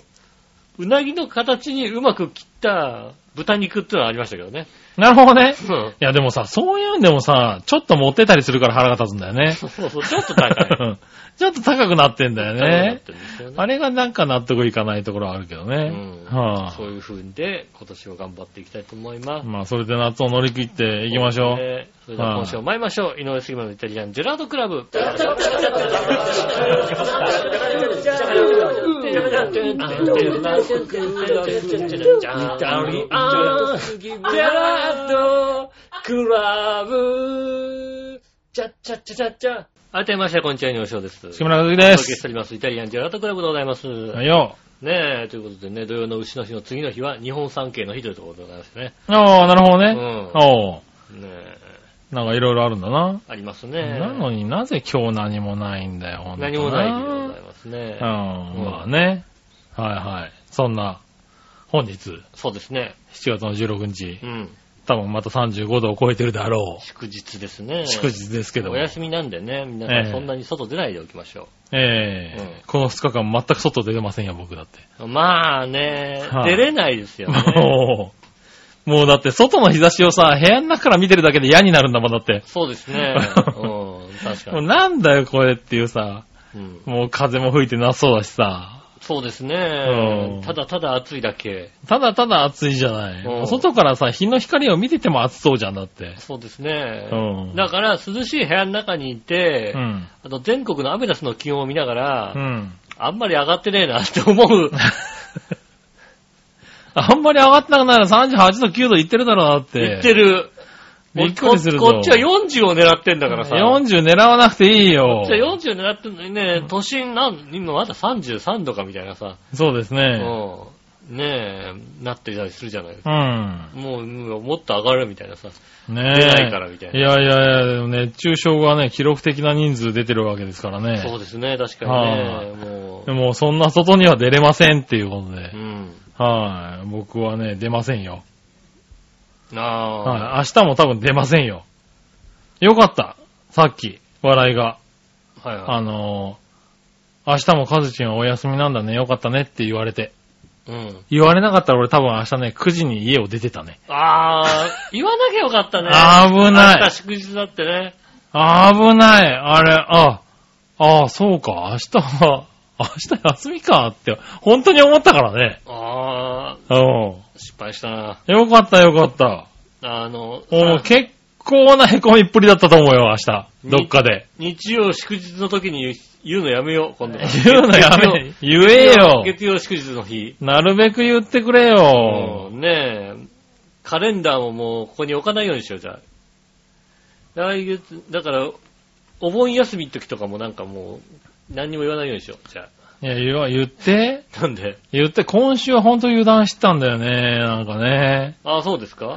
Speaker 2: うなぎの形にうまく切った豚肉っていうのはありましたけどね。
Speaker 3: なるほどね。
Speaker 2: うん
Speaker 3: いやでもさ、そういうんでもさ、ちょっと持ってたりするから腹が立つんだよね。
Speaker 2: そう
Speaker 3: <laughs>
Speaker 2: そう、ちょっと高い。
Speaker 3: ちょっと高くなってんだよね。
Speaker 2: 高くなってるんですよね
Speaker 3: あれがなんか納得いかないところはあるけどね。
Speaker 2: うん
Speaker 3: は
Speaker 2: そういう風にで、今年を頑張っていきたいと思いま
Speaker 3: あ、
Speaker 2: す。
Speaker 3: まあ、それで夏を乗り切っていきましょう。
Speaker 2: えーそれでは今週も参りましょう。井上杉村のイタリアンジェラートクラブ。あてまして、こんにちは、井上翔です。
Speaker 3: 杉村和樹で
Speaker 2: お届けし
Speaker 3: す。
Speaker 2: ております。イタリアンジェラートクラブでございます。
Speaker 3: はいよ。
Speaker 2: ねえ、ということでね、土曜の牛の日の次の日は日本三景の日というところでございましてね。
Speaker 3: ああ、なるほ
Speaker 2: う
Speaker 3: どね。
Speaker 2: ん。
Speaker 3: おう
Speaker 2: ねえ、
Speaker 3: なんかいろいろあるんだな。
Speaker 2: ありますね。
Speaker 3: なのになぜ今日何もないんだよ、ほんと
Speaker 2: 何もない日でございますね。
Speaker 3: うん、まあね。はいはい。そんな、本日、
Speaker 2: そうですね。
Speaker 3: 7月の16日
Speaker 2: う、ん。
Speaker 3: 多分また35度を超えてるであろ
Speaker 2: 祝日ですね。
Speaker 3: う、祝日ですけども
Speaker 2: お。休みなんでね、皆
Speaker 3: え
Speaker 2: さん
Speaker 3: え
Speaker 2: そんなに外出ないでおきましょ
Speaker 3: ええ
Speaker 2: うん
Speaker 3: この2日間全く外出てませんよ、僕だって。
Speaker 2: う。まあね、
Speaker 3: はい
Speaker 2: 出れないです
Speaker 3: <laughs>
Speaker 2: よね。
Speaker 3: もう、もうだって外の日差しをさ、部屋の中から見てるだけで嫌になるんだもん、だって。
Speaker 2: そうです
Speaker 3: <laughs>
Speaker 2: ね。うん、確か
Speaker 3: もう
Speaker 2: に。
Speaker 3: なんだよ、これっていうさ、
Speaker 2: うん、
Speaker 3: もう風も吹いてなそうだしさ、
Speaker 2: そうです
Speaker 3: うん
Speaker 2: ね。ただただ暑いだけ。
Speaker 3: ただただ暑いじゃな
Speaker 2: う
Speaker 3: い。
Speaker 2: ん
Speaker 3: もう外からさ、日の光を見てても暑そうじゃんだって。
Speaker 2: そうですね。
Speaker 3: うん。
Speaker 2: だから、涼しい部屋の中にいて、
Speaker 3: うん。
Speaker 2: あと全国のアメダスの気温を見ながら、
Speaker 3: うん。
Speaker 2: あんまり上がってねえなって思
Speaker 3: <laughs>
Speaker 2: う。
Speaker 3: あんまり上がってなくないら38度、9度いってるだろうなって。
Speaker 2: 言ってる。
Speaker 3: びっくりするぞ
Speaker 2: ここっちは40を狙ってんだからさ。
Speaker 3: 40狙わなくていい
Speaker 2: こ
Speaker 3: よ
Speaker 2: っ。ちは40狙ってんのにね、都心なん、今まだ33度かみたいなさ、
Speaker 3: そうですね。
Speaker 2: うんねえ、なってたりするじゃないです
Speaker 3: う
Speaker 2: か。
Speaker 3: ん。
Speaker 2: もう、うんもっと上がるみたいなさ。
Speaker 3: ねえ。
Speaker 2: 出ないからみたいな
Speaker 3: やいやいや、でも熱中症がね、記録的な人数出てるわけですからね。
Speaker 2: そうですね、確か
Speaker 3: は
Speaker 2: にね。も
Speaker 3: でも、そんな外には出れませんっていうことで
Speaker 2: う、う。ん。
Speaker 3: はい。僕はね、出ませんよ。
Speaker 2: ああ、
Speaker 3: はい。明日も多分出ませんよ。よかった。さっき、笑いが。
Speaker 2: はい
Speaker 3: あ
Speaker 2: は
Speaker 3: のー明日もカズチンはお休みなんだね。よかったねって言われて。
Speaker 2: い。うん。
Speaker 3: 言われなかったら俺多分明日ね、9時に家を出てたね。
Speaker 2: ああ、言わなきゃよかったね。
Speaker 3: <laughs> 危ない
Speaker 2: 明日祝日だってね。
Speaker 3: 危ない。あれ、あ、ああ、そうか。明日は、明日休みかって、本当に思ったからね。
Speaker 2: ああ、
Speaker 3: う
Speaker 2: 失敗したな。
Speaker 3: ん。よかった、よかった。
Speaker 2: あの、
Speaker 3: もう
Speaker 2: さ
Speaker 3: 結構な凹みっぷりだったと思うよ、明日。どっかで。
Speaker 2: 日曜祝日の時に言う言うのやめよう、今度は。
Speaker 3: <laughs> 言うのやめ、言えよ。
Speaker 2: 月曜祝日の日。
Speaker 3: なるべく言ってくれよ。
Speaker 2: うんねえ。カレンダーももうここに置かないようにしよう、じゃあ。来月、だから、お盆休みの時とかもなんかもう、何にも言わないようにしよう、じゃ
Speaker 3: いや、言わ言って。
Speaker 2: あ。なんで
Speaker 3: 言って、今週は本当油断してたんだよね、なんかね。
Speaker 2: ああ、そうですか
Speaker 3: は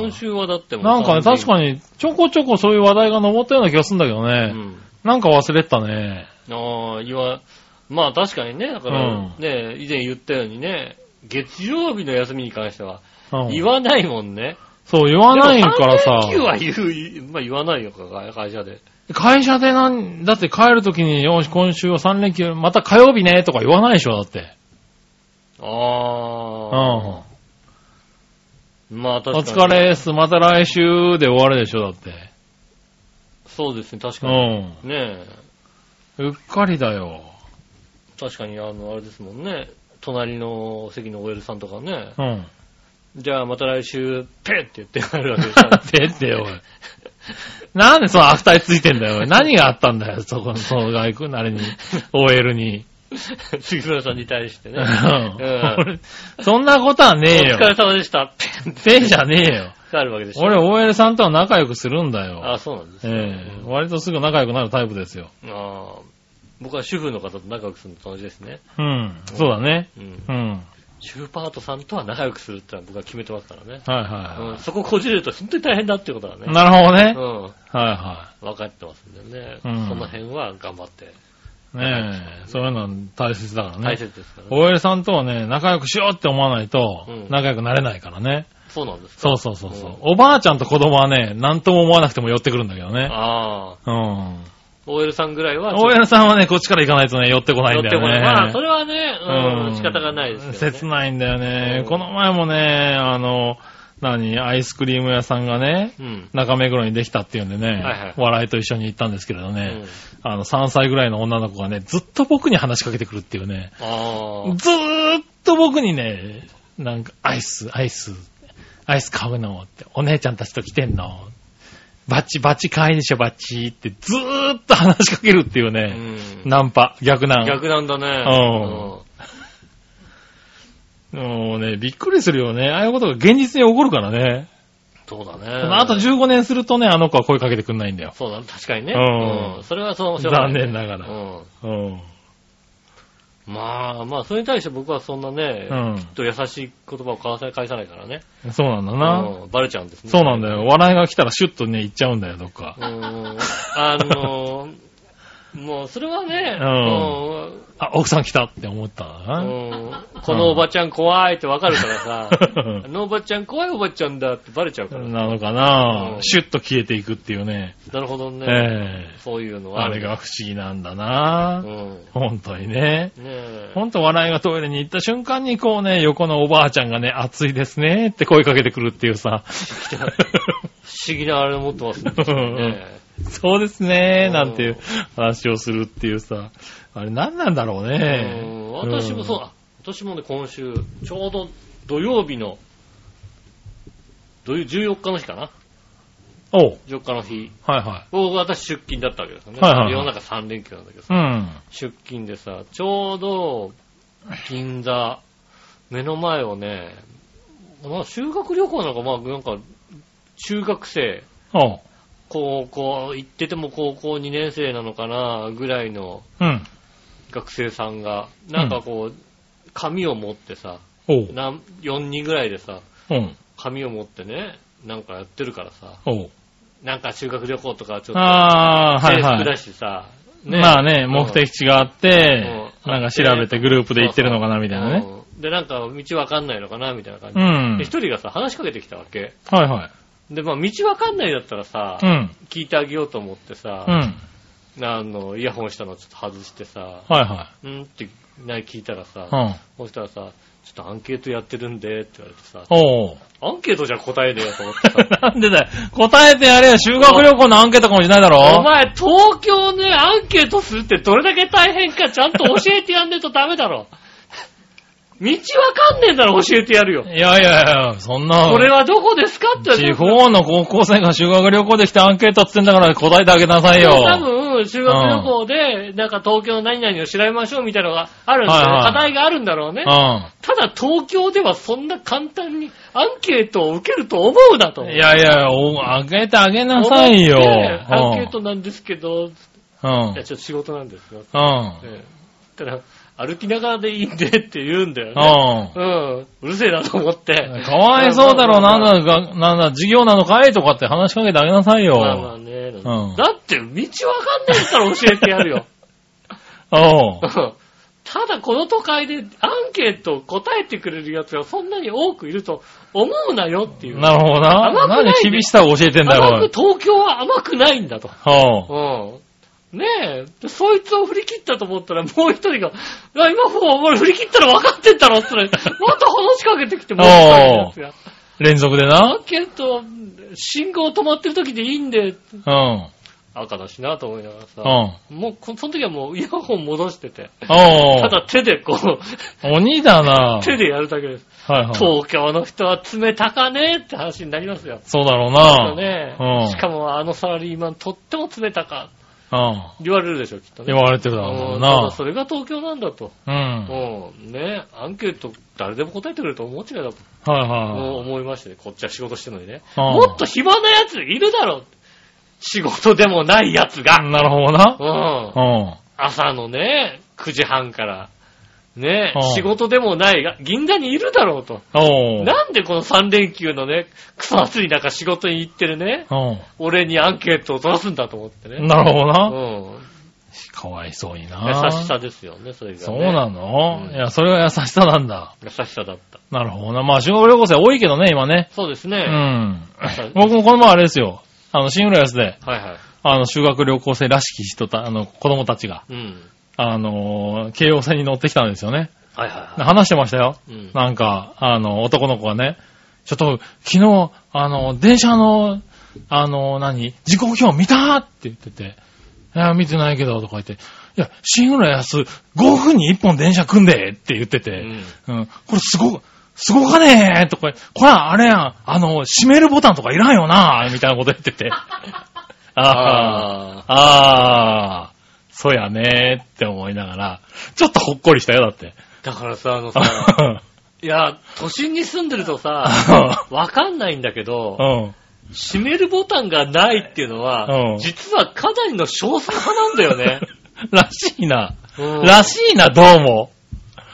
Speaker 2: 今
Speaker 3: あ、
Speaker 2: 週はだってもう
Speaker 3: なんかね、確
Speaker 2: に。
Speaker 3: かに、ちょこちょこそういう話題が上ったような気がするんだけど
Speaker 2: う
Speaker 3: ね。
Speaker 2: ん。
Speaker 3: なんか忘れてたね。
Speaker 2: ああ、言わ、まあ確かにね、だから、
Speaker 3: うん
Speaker 2: ね、以前言ったようにね、月曜日の休みに関しては、
Speaker 3: うん
Speaker 2: 言わないもんね。
Speaker 3: そう、言わないからさ
Speaker 2: で。も3連休は言う、まあ言わないよ、会社で。
Speaker 3: 会社でなん、だって帰るときに、よし、今週は3連休、また火曜日ね、とか言わないでしょ、だって。う
Speaker 2: ああ。
Speaker 3: ん。
Speaker 2: まあ
Speaker 3: お
Speaker 2: 確かに。
Speaker 3: 疲れっす、また来週で終わるでしょ、だって。
Speaker 2: そうですね、確
Speaker 3: う
Speaker 2: かに。
Speaker 3: ん。
Speaker 2: ねえ。
Speaker 3: うっかりだよ。
Speaker 2: 確かに、あの、あれですもんね。隣の席の OL さんとかね。
Speaker 3: うん。
Speaker 2: じゃあまた来週、ペッって言って帰るわけでしょ。
Speaker 3: <laughs> 出てよ、おい。なんでその悪態ついてんだよ、おい。何があったんだよ、そこの、その外国、あれに、OL に。
Speaker 2: 杉村さんに対して
Speaker 3: う
Speaker 2: ね。
Speaker 3: ん
Speaker 2: うん
Speaker 3: 俺そんなことは
Speaker 2: お
Speaker 3: ねえ
Speaker 2: 疲
Speaker 3: よ。
Speaker 2: れ様でした。ペッって
Speaker 3: せいじゃねえよ。
Speaker 2: 帰るわけでしょ。
Speaker 3: 俺、OL さんとは仲良くするんだよ。
Speaker 2: あ、そうなんです
Speaker 3: え
Speaker 2: ね
Speaker 3: え割とすぐ仲良くなるタイプですよ。
Speaker 2: あー僕は主婦の方と仲良くするの楽しいですね。
Speaker 3: うん。そうだね。
Speaker 2: うん
Speaker 3: う。ん。
Speaker 2: 主婦パートさんとは仲良くするってのは僕は決めてますからね。
Speaker 3: はいは
Speaker 2: うん、そここじれると本当に大変だっていうことはいね。
Speaker 3: はい。なるほどね。
Speaker 2: うん。
Speaker 3: はいは
Speaker 2: 分かってますんでね。
Speaker 3: うん
Speaker 2: その辺は頑張って。
Speaker 3: い。ねえ、そういうのは大切だから
Speaker 2: 大
Speaker 3: ね。
Speaker 2: 切ですからね。
Speaker 3: OL さんとはね、仲良くしようって思わないと
Speaker 2: うん、
Speaker 3: 仲良くなれないからね。
Speaker 2: そうなんですか。
Speaker 3: そうそうそうそう。おばあちゃんと子供はね、なんとも思わなくても寄ってくるんだけどね。
Speaker 2: ああ。
Speaker 3: うん。
Speaker 2: OL さんぐらいは、
Speaker 3: 大家さんはね、こっちから行かないとね、寄ってこない
Speaker 2: 乗っ
Speaker 3: んだ
Speaker 2: て
Speaker 3: よ
Speaker 2: もらえ
Speaker 3: ね。
Speaker 2: まあ、それはね、うん
Speaker 3: う、ん
Speaker 2: 仕方がないですけど、ね。
Speaker 3: 切ないんだよね。
Speaker 2: うん
Speaker 3: この前もね、あの、何、アイスクリーム屋さんがね、
Speaker 2: うん。
Speaker 3: 中目黒にできたっていうんでね、
Speaker 2: はいはい
Speaker 3: 笑いと一緒に行ったんですけれど
Speaker 2: う
Speaker 3: ね、
Speaker 2: ん
Speaker 3: あの、3歳ぐらいの女の子がね、ずっと僕に話しかけてくるっていうね、
Speaker 2: ああ。
Speaker 3: ずーっと僕にね、なんか、アイス、アイス、アイス買うのって、お姉ちゃんたちと来てんのバッチ、バッチ可愛いでしょ、バッチって、ずーっと話しかけるっていう
Speaker 2: う
Speaker 3: ね、
Speaker 2: ん。
Speaker 3: ナンパ、逆ナン。
Speaker 2: 逆なんだね。
Speaker 3: うんもうね、びっくりするよね。ああいうことが現実に起こるからね。
Speaker 2: そうだね。
Speaker 3: あと15年するとね、あの子は声かけてくんないんだよ。
Speaker 2: そうだね、確かにね。
Speaker 3: うん
Speaker 2: うん。それはそう、しょうが
Speaker 3: 残念なが
Speaker 2: な
Speaker 3: ら。
Speaker 2: い。うん。
Speaker 3: うん。
Speaker 2: まあ、まあ、それに対して僕はそんなね、
Speaker 3: うん
Speaker 2: きっと優しい言葉を交わさ返さないからね。
Speaker 3: そうなんだな。
Speaker 2: うんバレちゃうんですね。
Speaker 3: そうなんだよ。笑いが来たらシュッとね、行っちゃうんだよ、どっか
Speaker 2: う。ん。あのー、もう、それはね、
Speaker 3: うあ、奥さん来たって思ったんだ
Speaker 2: うん
Speaker 3: な。
Speaker 2: うんこのおばちゃん怖いってわかるからさ、あのおばちゃん怖いおばちゃんだってバレちゃうから。
Speaker 3: なのかな、
Speaker 2: うん
Speaker 3: シュッと消えていくっていうね。
Speaker 2: なるほどね。
Speaker 3: ええ
Speaker 2: そういうのは
Speaker 3: あ
Speaker 2: あ
Speaker 3: れ
Speaker 2: る。
Speaker 3: が不思議なんだ
Speaker 2: う
Speaker 3: な、
Speaker 2: ん。ね
Speaker 3: 本当にね。
Speaker 2: え。
Speaker 3: 本当笑いがトイレに行った瞬間にこうね、横のおばあちゃんがね、暑いですねって声かけてくるっていうさ。
Speaker 2: 不思議なあれを持ってますね。
Speaker 3: うん
Speaker 2: ね
Speaker 3: <laughs> そうですね、なんていう話をするっていうさ。あれ何なんだろう
Speaker 2: え
Speaker 3: ね。
Speaker 2: うん私もそう、あ私もね、今週、ちょうど土曜日の、土曜14日の日かな
Speaker 3: うん。おう
Speaker 2: ?14 日の日。
Speaker 3: はいは
Speaker 2: 僕私出勤だったわけですよね。
Speaker 3: はいはいはい
Speaker 2: 世の中3連休なんだけど
Speaker 3: い。う
Speaker 2: さ、
Speaker 3: ん。
Speaker 2: 出勤でさ、ちょうど、銀座、目の前をね、まあ、修学旅行なんか、まあ、なんか、中学生、
Speaker 3: おう。
Speaker 2: 高校、行ってても高校2年生なのかな、ぐらいの
Speaker 3: うん。
Speaker 2: 学生さんが、なんかこう、紙を持ってさ、
Speaker 3: おう。
Speaker 2: なん4人ぐらいでさ、
Speaker 3: うん。
Speaker 2: 紙を持ってね、なんかやってるからさ、
Speaker 3: おう。
Speaker 2: なんか修学旅行とかちょっ
Speaker 3: ああ、
Speaker 2: と、
Speaker 3: はい
Speaker 2: 制
Speaker 3: は
Speaker 2: 服
Speaker 3: い
Speaker 2: だ。しさ、
Speaker 3: まあね、
Speaker 2: うん
Speaker 3: 目的地があって、
Speaker 2: うん
Speaker 3: なんか調べてグループで行ってるのかなみたいなね。
Speaker 2: うんで、なんか道わかんないのかなみたいな感じ
Speaker 3: う
Speaker 2: で。
Speaker 3: ん。
Speaker 2: 一、人がさ、話しかけてきたわけ。
Speaker 3: はいはい。
Speaker 2: で、まあ道わかんないだったらさ、
Speaker 3: うん。
Speaker 2: 聞いてあげようと思ってさ
Speaker 3: う、ん。
Speaker 2: あの、イヤホンしたのちょっと外してさ、
Speaker 3: はいは
Speaker 2: うんってな聞いたらさ、
Speaker 3: い。うん。
Speaker 2: そしたらさ、ちょっとアンケートやってるんで、って言われてさ、
Speaker 3: おう。、
Speaker 2: アンケートじゃ答えねえよと思ってさ
Speaker 3: なんでだよ。答えてやれよ。修学旅行のアンケートかもしれないだ
Speaker 2: お
Speaker 3: ろ。
Speaker 2: 前、東京ね、アンケートするってどれだけ大変かちゃんと教えてやんねえとダメだ
Speaker 3: <laughs>
Speaker 2: ろ。道わかんねえんだろ、教えてやるよ。
Speaker 3: いやいやいや、そんな。
Speaker 2: これはどこですかって
Speaker 3: 地方の高校生が修学旅行で来てアンケートっつってんだから答えてあげなさいよ。
Speaker 2: 多分、修学旅行で、なんか東京の何々を調べましょうみたいなのがあるんだよね。
Speaker 3: はいはい
Speaker 2: 課題があるんだろうね
Speaker 3: う。ん。
Speaker 2: ただ東京ではそんな簡単にアンケートを受けると思うなと。
Speaker 3: い、やいや、おあげてあげなさいよ。
Speaker 2: アンケートなんですけど、い
Speaker 3: うん。
Speaker 2: や、ちょっと仕事なんですよ。
Speaker 3: うん。
Speaker 2: ええただ、歩きながらでいいんでって言うんだよね。
Speaker 3: う
Speaker 2: うん。うるせえなと思って。
Speaker 3: ん。 <laughs> かわいそうだろ、
Speaker 2: まあまあ
Speaker 3: なんだ、がなんだ、授業なのかいとかって話しかけてあげなさい
Speaker 2: まあまあ
Speaker 3: よ。
Speaker 2: ね。だ
Speaker 3: ん
Speaker 2: って、道わかんねえから教えてやるよ。
Speaker 3: お
Speaker 2: う
Speaker 3: うん
Speaker 2: ただこの都会でアンケートを答えてくれるやつがそんなに多くいると思うなよっていう。
Speaker 3: なるほどな。
Speaker 2: 甘くない
Speaker 3: なんで厳しさを教えてんだ
Speaker 2: 甘
Speaker 3: よ
Speaker 2: く、。東京は甘くないんだと。
Speaker 3: おう
Speaker 2: うん。ねえ、でそいつを振り切ったと思ったら、もう一人が、あ今もう俺振り切ったら分かってんだろって言ったら、また話しかけてきて、もう一人のやつが。
Speaker 3: 連続で
Speaker 2: ア
Speaker 3: な。
Speaker 2: ンケート、信号止まってる時でいいんで、
Speaker 3: うん。
Speaker 2: 赤だしなと思いながらさ、
Speaker 3: うん。
Speaker 2: もうこ、その時はもうイヤホン戻してて、
Speaker 3: お
Speaker 2: た
Speaker 3: う
Speaker 2: だ手でこう、
Speaker 3: 鬼だ
Speaker 2: <laughs>
Speaker 3: な。
Speaker 2: 手でやるだけです。
Speaker 3: はいはい。
Speaker 2: 東京の人は冷たかねって話になりますよ。
Speaker 3: そうだろうな。
Speaker 2: ね
Speaker 3: うん
Speaker 2: しかもあのサラリーマンとっても冷たか、
Speaker 3: うん。
Speaker 2: 言われるでしょ、きっとね。
Speaker 3: 言われてるだろ
Speaker 2: う
Speaker 3: うん
Speaker 2: ただ
Speaker 3: な。
Speaker 2: それが東京なんだと。
Speaker 3: うん。はい
Speaker 2: うん。ねアンケート誰でも答えてくれると思ってないだと
Speaker 3: は
Speaker 2: 思いましてね。こっちは仕事してるのにね。
Speaker 3: うん
Speaker 2: もっと暇なやついるだろう。仕事でもないやつ
Speaker 3: い。
Speaker 2: が。
Speaker 3: なるほどな
Speaker 2: う。ん
Speaker 3: う。ん。
Speaker 2: 朝のね、9時半から。ね
Speaker 3: うん
Speaker 2: 仕事でもないが、銀座にいるだろうと。
Speaker 3: おう。
Speaker 2: なんでこの3連休のね、クソ暑い中仕事に行ってるね、
Speaker 3: う
Speaker 2: 俺にアンケートを取らすんだと思ってね。
Speaker 3: ん。なるほど
Speaker 2: う
Speaker 3: な。
Speaker 2: ん。
Speaker 3: かわいそうにな。
Speaker 2: 優しさですよね、それが、ね。
Speaker 3: そうなの
Speaker 2: うん
Speaker 3: いや、それは優しさなんだ。
Speaker 2: 優しさだった。
Speaker 3: なるほどな。まあ、修学旅行生多いけどね、今ね。
Speaker 2: そうです
Speaker 3: う
Speaker 2: ね。 <laughs>
Speaker 3: ん
Speaker 2: ん。
Speaker 3: 僕もこの前あれですよ。あの、シングルスで、
Speaker 2: はいはい。
Speaker 3: あの、修学旅行生らしき人た、あの、子供たちが、
Speaker 2: うん。
Speaker 3: あのー、京王線に乗ってきたんですよね。
Speaker 2: はいはいは
Speaker 3: 話してましたよ。
Speaker 2: い。うん。
Speaker 3: なんか、あの、男の子がね、ちょっと、昨日、あの、電車の、あの、何、時刻表見たって言ってて、いや、見てないけど、とか言って、いや、新浦安、5分に1本電車組んでって言ってて、
Speaker 2: うん
Speaker 3: うん、これすご、すごかねえとか、これあれやん、あの、閉めるボタンとかいらんよなみたいなこと言ってて。ああ、
Speaker 2: ああ。
Speaker 3: ああ、そうやねって思いながら、ちょっとほっこりしたよ、だって。
Speaker 2: だからさ、あ
Speaker 3: <laughs>
Speaker 2: のさ、いや、都心に住んでるとさ、わかんないんだけど、
Speaker 3: うん。
Speaker 2: 閉めるボタンがないっていうのは、
Speaker 3: うん
Speaker 2: 実はかなりの少数派なんだよ
Speaker 3: <laughs>
Speaker 2: ね。
Speaker 3: らしいな。
Speaker 2: うん
Speaker 3: らしいな、どうも。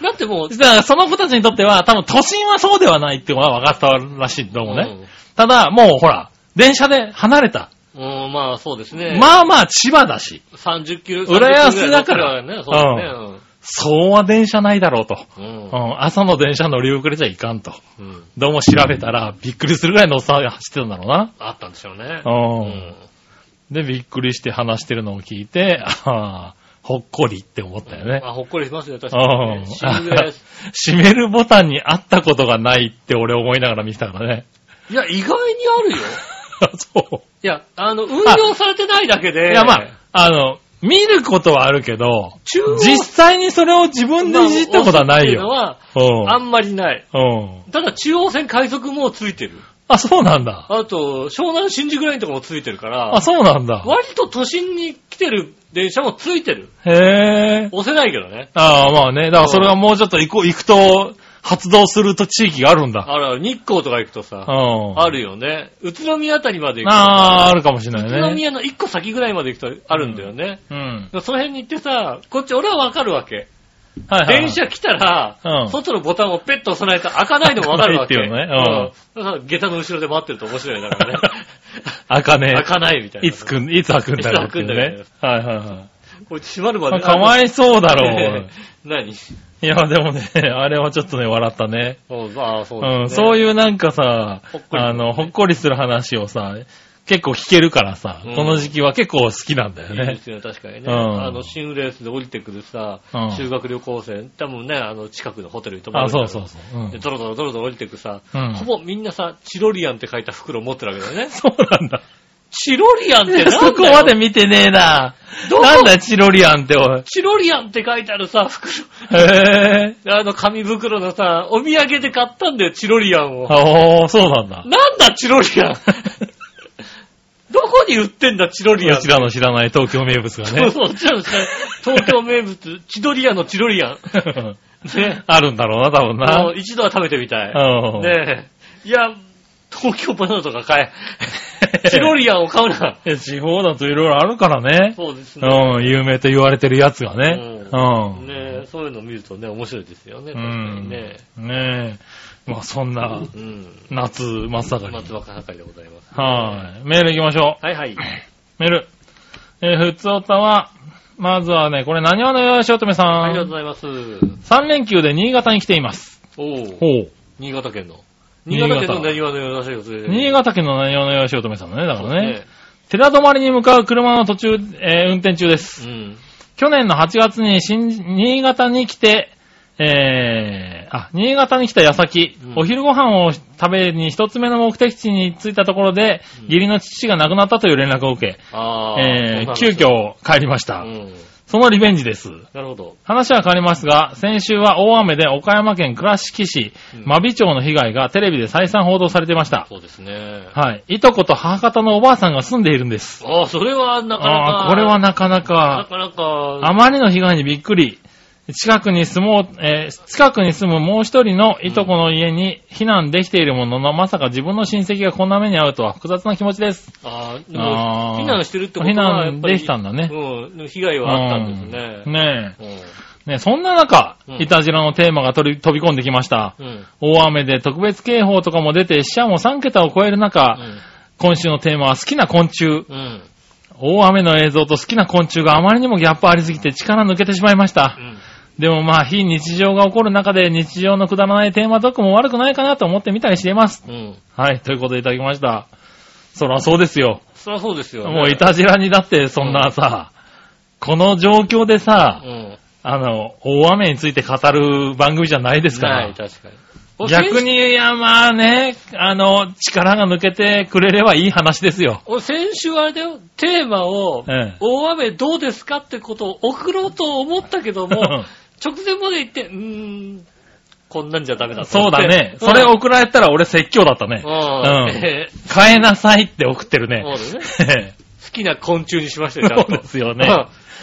Speaker 2: だってもう、
Speaker 3: だから、その子たちにとっては、多分都心はそうではないっていうのは分かったらしい、どうもね。ただ、もうほら、電車で離れた。
Speaker 2: うん、うんまあそうですね。
Speaker 3: まあまあ、千葉だし、
Speaker 2: 30キロ、
Speaker 3: 浦安だから
Speaker 2: 30キロぐらいだね、
Speaker 3: そうは電車ないだろうと。
Speaker 2: そうだね。うん
Speaker 3: う。ん、朝の電車乗り遅れちゃいかんと。
Speaker 2: うんうん
Speaker 3: どうも調べたら、びっくりするぐらいのおっさんが走ってたんだろうな。
Speaker 2: あったんでしょうね。う
Speaker 3: うん
Speaker 2: ん。
Speaker 3: で、びっくりして話してるのを聞いて、ああ、ほっこりって思ったよね。
Speaker 2: あ、ほっこりしますよ、確かに
Speaker 3: う
Speaker 2: ね。
Speaker 3: ん。
Speaker 2: シングル
Speaker 3: <laughs>
Speaker 2: やし
Speaker 3: 閉めるボタンにあったことがないって俺思いながら見てたからね。 <laughs>
Speaker 2: いや、意外にあるよ。
Speaker 3: あそ
Speaker 2: いや、あの、運用されてないだけ
Speaker 3: う。
Speaker 2: で。
Speaker 3: いや、まあ、あの、見ることはあるけど、
Speaker 2: 中央
Speaker 3: 実際にそれを自分でいじったことはないよ。
Speaker 2: まあ押すっ
Speaker 3: う
Speaker 2: ていうの
Speaker 3: ん
Speaker 2: は、あ。んまりない。
Speaker 3: うん。
Speaker 2: ただ、中央線快速もついてる。
Speaker 3: あ、そうなんだ。
Speaker 2: あと、湘南新宿ラインとかもついてるから、
Speaker 3: あ、そうなんだ。
Speaker 2: 割と都心に来てる電車もついてる。
Speaker 3: へえ。
Speaker 2: 押せないけどね。
Speaker 3: ああ、まあね。だからそれはもうちょっと行こう、行くと、発動すると地域があるんだ。
Speaker 2: あら、日光とか行くと
Speaker 3: う
Speaker 2: さ、
Speaker 3: ん。
Speaker 2: あるよね。宇都宮あたりまで行くとさ
Speaker 3: ああ、あるかもしれないね。
Speaker 2: 宇都宮の一個先ぐらいまで行くとあるんだよね。
Speaker 3: うん。
Speaker 2: その辺に行ってさ、こっち俺はわかるわけ。
Speaker 3: はいはいはい。
Speaker 2: 電車来たら、
Speaker 3: うん
Speaker 2: 外のボタンをペッと押さないと開かないのもわかるわけ。
Speaker 3: 開か <laughs> ないっていうのね
Speaker 2: うん。だから下駄の後ろで待ってると面白いねだからね。
Speaker 3: 開かね
Speaker 2: 開かないみたい
Speaker 3: <laughs> え。
Speaker 2: な。
Speaker 3: いつくん、いつ開くんだろうっていう
Speaker 2: い
Speaker 3: ね
Speaker 2: つ。
Speaker 3: はいはいはい。
Speaker 2: こいつ閉まるま
Speaker 3: まあ
Speaker 2: で。
Speaker 3: かわいそう
Speaker 2: <laughs>
Speaker 3: だろう。
Speaker 2: 何
Speaker 3: いや、でもね、 <laughs> あれはちょっとね、笑ったね。
Speaker 2: そう、ああ、そううですね
Speaker 3: ん、そういうなんかさ
Speaker 2: ほっ、こり
Speaker 3: あの、ほっこりする話をさ、結構聞けるからさ、
Speaker 2: うん
Speaker 3: この時期は結構好きなんだよ
Speaker 2: いいで
Speaker 3: ね。
Speaker 2: すよね、確かにね。
Speaker 3: うん
Speaker 2: あの、新浦安で降りてくるさ、
Speaker 3: うん
Speaker 2: 修学旅行生、多分ね、あの、近くのホテルに泊まる
Speaker 3: あ、
Speaker 2: んだけ
Speaker 3: そう
Speaker 2: ど
Speaker 3: そうそう。うん
Speaker 2: で、ドロドロドロドロ降りてくさ、
Speaker 3: うん
Speaker 2: ほぼみんなさ、チロリアンって書いた袋持ってるわけだよね。
Speaker 3: そうなんだ。
Speaker 2: <laughs> チロリアン <laughs> ってなんだよ
Speaker 3: そこまで見てねえな。
Speaker 2: どこ
Speaker 3: なんだよチロリアンって、おい。
Speaker 2: チロリアンって書いてあるさ、袋、
Speaker 3: へぇ
Speaker 2: あの、紙袋のさ、お土産で買ったんだよ、チロリアンを。
Speaker 3: ー。おー、そうなんだ。
Speaker 2: なんだ、チロリ <laughs> アンどこに売ってんだ、チロリアン
Speaker 3: うちらの知らない東京名物が
Speaker 2: そう
Speaker 3: ね。
Speaker 2: そう、うちらの知らない東京名物、チドリアのチロリアン。 <laughs> ね。
Speaker 3: <laughs> あるんだろうな、多分
Speaker 2: あの
Speaker 3: な。
Speaker 2: 一度は食べてみたい。
Speaker 3: うん。
Speaker 2: ねえ。いや、東京バナナとか買 <laughs> え。チロリアンを買うな。
Speaker 3: え地方だといろいろあるからね。
Speaker 2: そうですね。
Speaker 3: うん、有名と言われてるやつがね。
Speaker 2: う
Speaker 3: うん。
Speaker 2: ねえ、そういうのを見るとね、面白いですよね。確
Speaker 3: う
Speaker 2: かに
Speaker 3: ん。
Speaker 2: ね
Speaker 3: ね。え。まあ、そん
Speaker 2: う
Speaker 3: な、
Speaker 2: ん。
Speaker 3: 夏真っ盛り。
Speaker 2: 松葉かかりでございます。
Speaker 3: はい。メール行きましょう。
Speaker 2: はいはい。
Speaker 3: メール。えー、ふつおたは、まずはね、これ、何話のよしおとめさ。
Speaker 2: ありがとうんございます。
Speaker 3: 3連休で新潟に来ています。
Speaker 2: おう
Speaker 3: ほう。
Speaker 2: 新潟県の。新
Speaker 3: 新
Speaker 2: 潟
Speaker 3: 潟
Speaker 2: 県の何話のような話をする。
Speaker 3: 新潟県の何話のよしおとめさんだね、だか
Speaker 2: そう
Speaker 3: らね。
Speaker 2: ね。
Speaker 3: 寺泊まりに向かう車の途中、えー運転中です。
Speaker 2: うん。
Speaker 3: 去年の8月に新、新潟に来て、えー、あ、新潟に来た矢先、
Speaker 2: うん
Speaker 3: お昼ご飯を食べに一つ目の目的地に着いたところで、
Speaker 2: うん
Speaker 3: 義理の父が亡くなったという連絡を受け、
Speaker 2: ああ。
Speaker 3: え
Speaker 2: そ
Speaker 3: ー、急
Speaker 2: うなん
Speaker 3: 遽帰りました、
Speaker 2: だうん。
Speaker 3: そのリベンジです。
Speaker 2: なるほど。
Speaker 3: 話は変わりますが、先週は大雨で岡山県倉敷市、
Speaker 2: うん
Speaker 3: 真備町の被害がテレビで再三報道されてました。
Speaker 2: そうですね。
Speaker 3: はい。いとこと母方のおばあさんが住んでいるんです。
Speaker 2: ああ、それはなかなか。
Speaker 3: ああー、これはなかな
Speaker 2: な
Speaker 3: か、
Speaker 2: かなか。
Speaker 3: あまりの被害にびっくり。近くに住もう、えー近くに住むもう一人のいとこの家に避難できているものの、まさか自分の親戚がこんな目に遭うとは複雑な気持ちです。
Speaker 2: あーで
Speaker 3: あ
Speaker 2: も
Speaker 3: ー
Speaker 2: 避難してるってことはやっぱり
Speaker 3: 避難できたんだね
Speaker 2: うん。でも被害はあったんです
Speaker 3: うん
Speaker 2: ね。
Speaker 3: ねえ。ねえそんな中
Speaker 2: うん、
Speaker 3: いたじらのテーマが飛び飛び込んできました。
Speaker 2: うん。うん。
Speaker 3: 大雨で特別警報とかも出て、死者も3桁を超える中、今週のテーマは好きな昆虫。
Speaker 2: うん。うん。
Speaker 3: 大雨の映像と好きな昆虫があまりにもギャップありすぎて力抜けてしまいました。でもまあ、非日常が起こる中で日常のくだらないテーマトークも悪くないかなと思ってみたりしています。
Speaker 2: うん。うん。
Speaker 3: はい、ということでいただきました。そらそうですよ。
Speaker 2: そりゃそうですよ、ね。
Speaker 3: もういたじらにだってそんなさ、この状況でさ
Speaker 2: う、ん。
Speaker 3: あの、大雨について語る番組じゃないですか
Speaker 2: ない、
Speaker 3: ら。
Speaker 2: 確かに。
Speaker 3: 逆
Speaker 2: に。
Speaker 3: に、いや、まあね、あの、力が抜けてくれればいい話ですよ。
Speaker 2: 俺先週あれだよ、テーマを、
Speaker 3: ええ
Speaker 2: 大雨どうですかってことを送ろうと思ったけども、直前まで行って、うーん、こんなんじゃダメだと
Speaker 3: <laughs> そ
Speaker 2: 思
Speaker 3: う
Speaker 2: って
Speaker 3: だね。それ。
Speaker 2: ん
Speaker 3: 送られたら俺説教だったね
Speaker 2: う。。
Speaker 3: うんん
Speaker 2: ええ
Speaker 3: 変えなさいって送ってるね。
Speaker 2: そうだね。
Speaker 3: <laughs> ええ
Speaker 2: 好きな昆虫にしましたよ、ちゃん
Speaker 3: そ
Speaker 2: と。
Speaker 3: うですよね。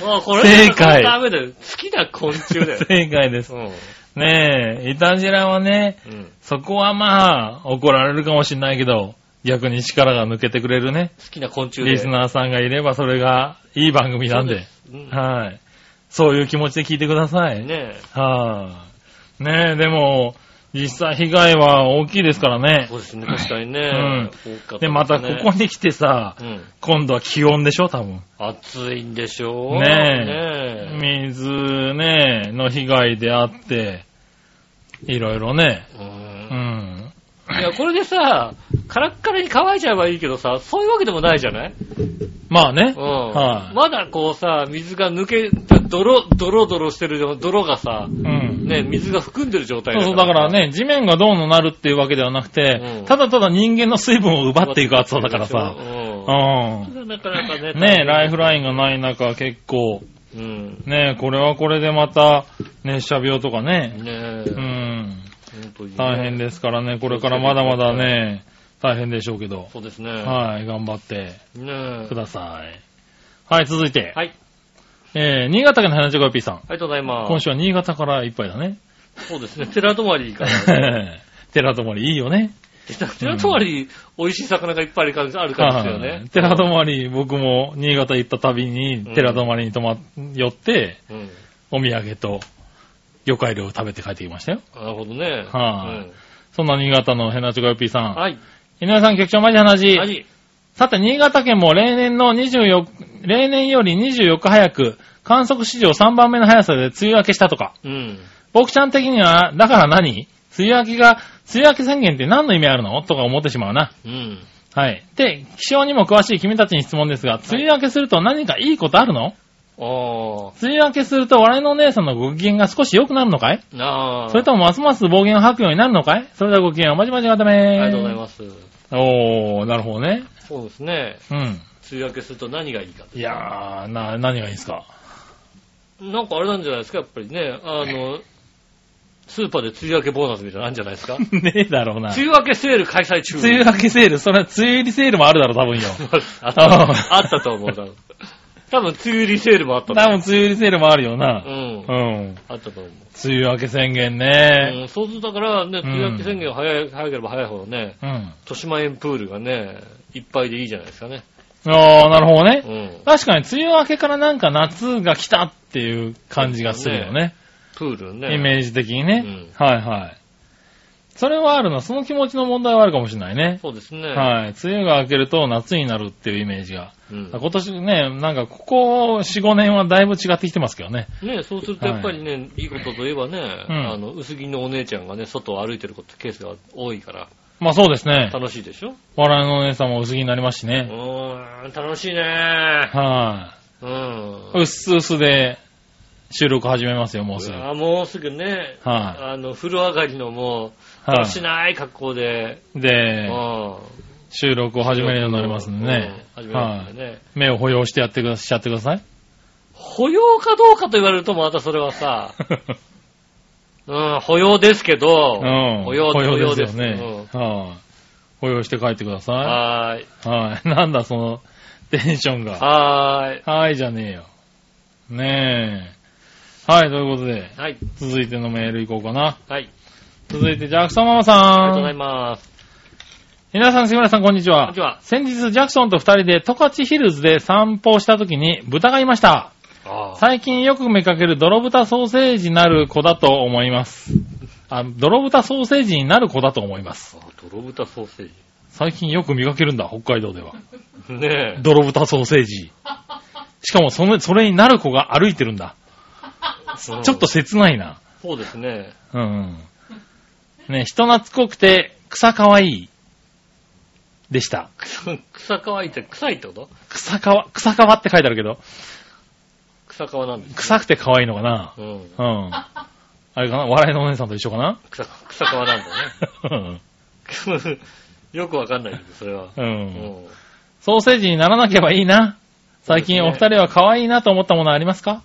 Speaker 2: うん。あこれ
Speaker 3: 正解
Speaker 2: ダメだよ。好きな昆虫だ
Speaker 3: <laughs>
Speaker 2: よ。
Speaker 3: 正解です
Speaker 2: う。ん。
Speaker 3: ねえ、いたじらはね、
Speaker 2: うん。
Speaker 3: そこはまあ、怒られるかもしれないけど、逆に力が抜けてくれるね、
Speaker 2: 好きな昆虫で。
Speaker 3: リスナーさんがいればそれがいい番組なんで、
Speaker 2: そうです。
Speaker 3: はい。そういう気持ちで聞いてくださ
Speaker 2: う
Speaker 3: い。
Speaker 2: ん。ね
Speaker 3: はい。ねえ、でも、実際被害は大きいですから
Speaker 2: え。
Speaker 3: ね
Speaker 2: そ。うですね、確かにね。多かったすね
Speaker 3: で、またここに来てさ、
Speaker 2: うん。
Speaker 3: 今度は気温でしょ、多分。
Speaker 2: 暑いんでしょう
Speaker 3: ねえ
Speaker 2: ね
Speaker 3: 水ね、の被害であって、いろいろね、
Speaker 2: え。うん
Speaker 3: うん。
Speaker 2: いや、これでさ、カラッカラに乾いちゃえばいいけどさ、そういうわけでもないじゃない
Speaker 3: まあね
Speaker 2: うん。、
Speaker 3: はい
Speaker 2: まだこうさ、水が抜け、泥、泥泥してる泥がさ、
Speaker 3: うん。
Speaker 2: ね、水が含んでる状態
Speaker 3: そうそう、だから。ね、地面がどうのなるっていうわけではなくて、
Speaker 2: うん
Speaker 3: ただただ人間の水分を奪っていく暑さだからさ
Speaker 2: う、
Speaker 3: うん。
Speaker 2: ん。なかなかね、
Speaker 3: ねライフラインがない中結構、
Speaker 2: イン。うん。
Speaker 3: ねこれはこれでまた、熱射病とかね、
Speaker 2: ね
Speaker 3: う
Speaker 2: え。
Speaker 3: ん、
Speaker 2: 本当にね
Speaker 3: 大変ですからね、これからまだまだね、大変でしょうけど、
Speaker 2: そうですね。
Speaker 3: はい、頑張って
Speaker 2: ねえ
Speaker 3: ください。はい、続いて、
Speaker 2: はい。
Speaker 3: えー、新潟県の花ちごぴーさん。
Speaker 2: ありがとうございます。
Speaker 3: 今週は新潟からいっぱいだね。 <laughs>
Speaker 2: そうですね。寺泊まりから。
Speaker 3: 寺泊まりいいよね。
Speaker 2: 寺泊まり、美味しい魚がいっぱいある感じ、ある感じですよ
Speaker 3: はいはいは
Speaker 2: ね
Speaker 3: い。寺泊まり、僕も新潟行った旅に、
Speaker 2: うん
Speaker 3: 寺泊まりに泊ま、寄って、
Speaker 2: うん。
Speaker 3: お土産と、魚介類を食べて帰ってきましたよ。
Speaker 2: なるほどね。
Speaker 3: はいそんな新潟のヘナチョコヨッピーさ
Speaker 2: うん
Speaker 3: ん。
Speaker 2: はい。
Speaker 3: 井上さん、局長マジ話。
Speaker 2: はい。
Speaker 3: さて、新潟県も例年の24、例年より24日早く、観測史上3番目の早さで梅雨明けしたとか。
Speaker 2: うん。
Speaker 3: 僕ちゃん的には、だから何梅雨明けが、梅雨明け宣言って何の意味あるのとか思ってしまうな。
Speaker 2: うん。
Speaker 3: はい。で、気象にも詳しい君たちに質問ですが、梅雨明けすると何かいいことあるの、
Speaker 2: あ
Speaker 3: 梅雨明けすると笑いのお姉さんのご機嫌が少し良くなるのかい
Speaker 2: あ。なあ。
Speaker 3: それともますます暴言を吐くようになるのかいそれではご機嫌をまじまじがため
Speaker 2: あ
Speaker 3: ー
Speaker 2: りがとうございます。
Speaker 3: す。おー、なるほどね。
Speaker 2: そうですね。
Speaker 3: うん。
Speaker 2: 梅雨明けすると何がいいか。
Speaker 3: いやー、な、何がいいですか
Speaker 2: なんかあれなんじゃないですか、やっぱりね。あの、スーパーで梅雨明けボーナスみたいなのあるんじゃないですか。
Speaker 3: <laughs> ねえだろうな。
Speaker 2: 梅雨明けセール開催中。
Speaker 3: 梅雨明けセール、それは梅雨入りセールもあるだろ、多分よ。
Speaker 2: <laughs> あったあったと思う。多分、多分梅雨入りセールもあった
Speaker 3: 多
Speaker 2: と思
Speaker 3: 分梅雨入りセールもあるよな。
Speaker 2: う。
Speaker 3: う
Speaker 2: うん。
Speaker 3: ん。
Speaker 2: あったと思う。
Speaker 3: 梅雨明け宣言
Speaker 2: う
Speaker 3: ね。
Speaker 2: ん、そうするとだから、ね、梅雨明け宣言が早い、早ければ早いほどね、
Speaker 3: うん。
Speaker 2: 豊島園プールがね、いっぱいでいいじゃないですかね。
Speaker 3: あー、なるほどね。
Speaker 2: うん。
Speaker 3: 確かに梅雨明けからなんか夏が来たっていう感じがするよね。
Speaker 2: プールね。
Speaker 3: イメージ的にね、
Speaker 2: うん
Speaker 3: はいはい。それはあるな。その気持ちの問題はあるかもしれないね。
Speaker 2: そうですね。
Speaker 3: はい。梅雨が明けると夏になるっていうイメージが。
Speaker 2: うん
Speaker 3: 今年ね、なんかここ4、5年はだいぶ違ってきてますけどね。
Speaker 2: ねそうするとやっぱりね、い、いことといえばね、
Speaker 3: うん
Speaker 2: あの、薄着のお姉ちゃんがね、外を歩いてることケースが多いから、
Speaker 3: まあそうですね。
Speaker 2: 楽しいでしょ
Speaker 3: 笑いのお姉さんも薄着になりますし
Speaker 2: う
Speaker 3: ね。
Speaker 2: ーん、楽しいね
Speaker 3: は
Speaker 2: うん。
Speaker 3: い。うっすうすで収録始めますよ、もうすぐ。はい。
Speaker 2: あもうすぐね、あの、風呂上がりのもう、だら
Speaker 3: は
Speaker 2: しない格好で、
Speaker 3: い。
Speaker 2: う
Speaker 3: で、
Speaker 2: ん。
Speaker 3: 収録を始めるようになりますんでね。
Speaker 2: うん始め
Speaker 3: は
Speaker 2: ま
Speaker 3: い
Speaker 2: すん。でね。
Speaker 3: 目を保養してやってくだしちゃってください。
Speaker 2: 保養かどうかと言われるとまたそれは
Speaker 3: <laughs>
Speaker 2: さ、うん、保養ですけど、
Speaker 3: うん。
Speaker 2: 保養
Speaker 3: 保
Speaker 2: 保
Speaker 3: 養
Speaker 2: 養
Speaker 3: で
Speaker 2: ですす
Speaker 3: よね。はい。保養して帰ってくだ
Speaker 2: うん
Speaker 3: さ
Speaker 2: はーい。
Speaker 3: い。はい。 <laughs> なんだそのテンションが。
Speaker 2: はーい。
Speaker 3: はいじゃねえよ。ねえ。はい、ということで、
Speaker 2: はい。
Speaker 3: 続いてのメールいこうかな。
Speaker 2: はい。
Speaker 3: 続いて、ジャクソンママ
Speaker 2: ありがとうござ
Speaker 3: さ
Speaker 2: い
Speaker 3: ん。
Speaker 2: ます。
Speaker 3: 皆さん、杉村さん、こんにち
Speaker 2: こん
Speaker 3: は
Speaker 2: にち。は。
Speaker 3: 先日、ジャクソンと二人で、十勝ヒルズで散歩をした時に、豚がいました。
Speaker 2: あー
Speaker 3: 最近よく見かける泥豚ソーセージなる子だと思います。あ、泥豚ソーセージになる子だと思います。
Speaker 2: あ泥豚ソーセー
Speaker 3: 最近よく見かけるんだ、北海道では。
Speaker 2: ジ。ね
Speaker 3: 泥豚ソーセージ。しかもその、それになる子が歩いてるんだ。
Speaker 2: え。ちょ
Speaker 3: ちょっと。切ないな。
Speaker 2: そうですね。
Speaker 3: うん。ね、人懐っこくて、草かわいい。でした。
Speaker 2: 草川いって、臭いってこと
Speaker 3: 草川、草川って書いてあるけど、
Speaker 2: 草川なんです、ね。
Speaker 3: 臭くて可愛いのかな
Speaker 2: うん。
Speaker 3: うん。あれかな笑いのお姉さんと一緒かな
Speaker 2: 草、草川なんだね。
Speaker 3: うん
Speaker 2: <laughs> よくわかんないけど、それは。
Speaker 3: う。
Speaker 2: うんん。
Speaker 3: ソーセージにならなければいいな。最近お二人は可愛いなと思ったものはありますか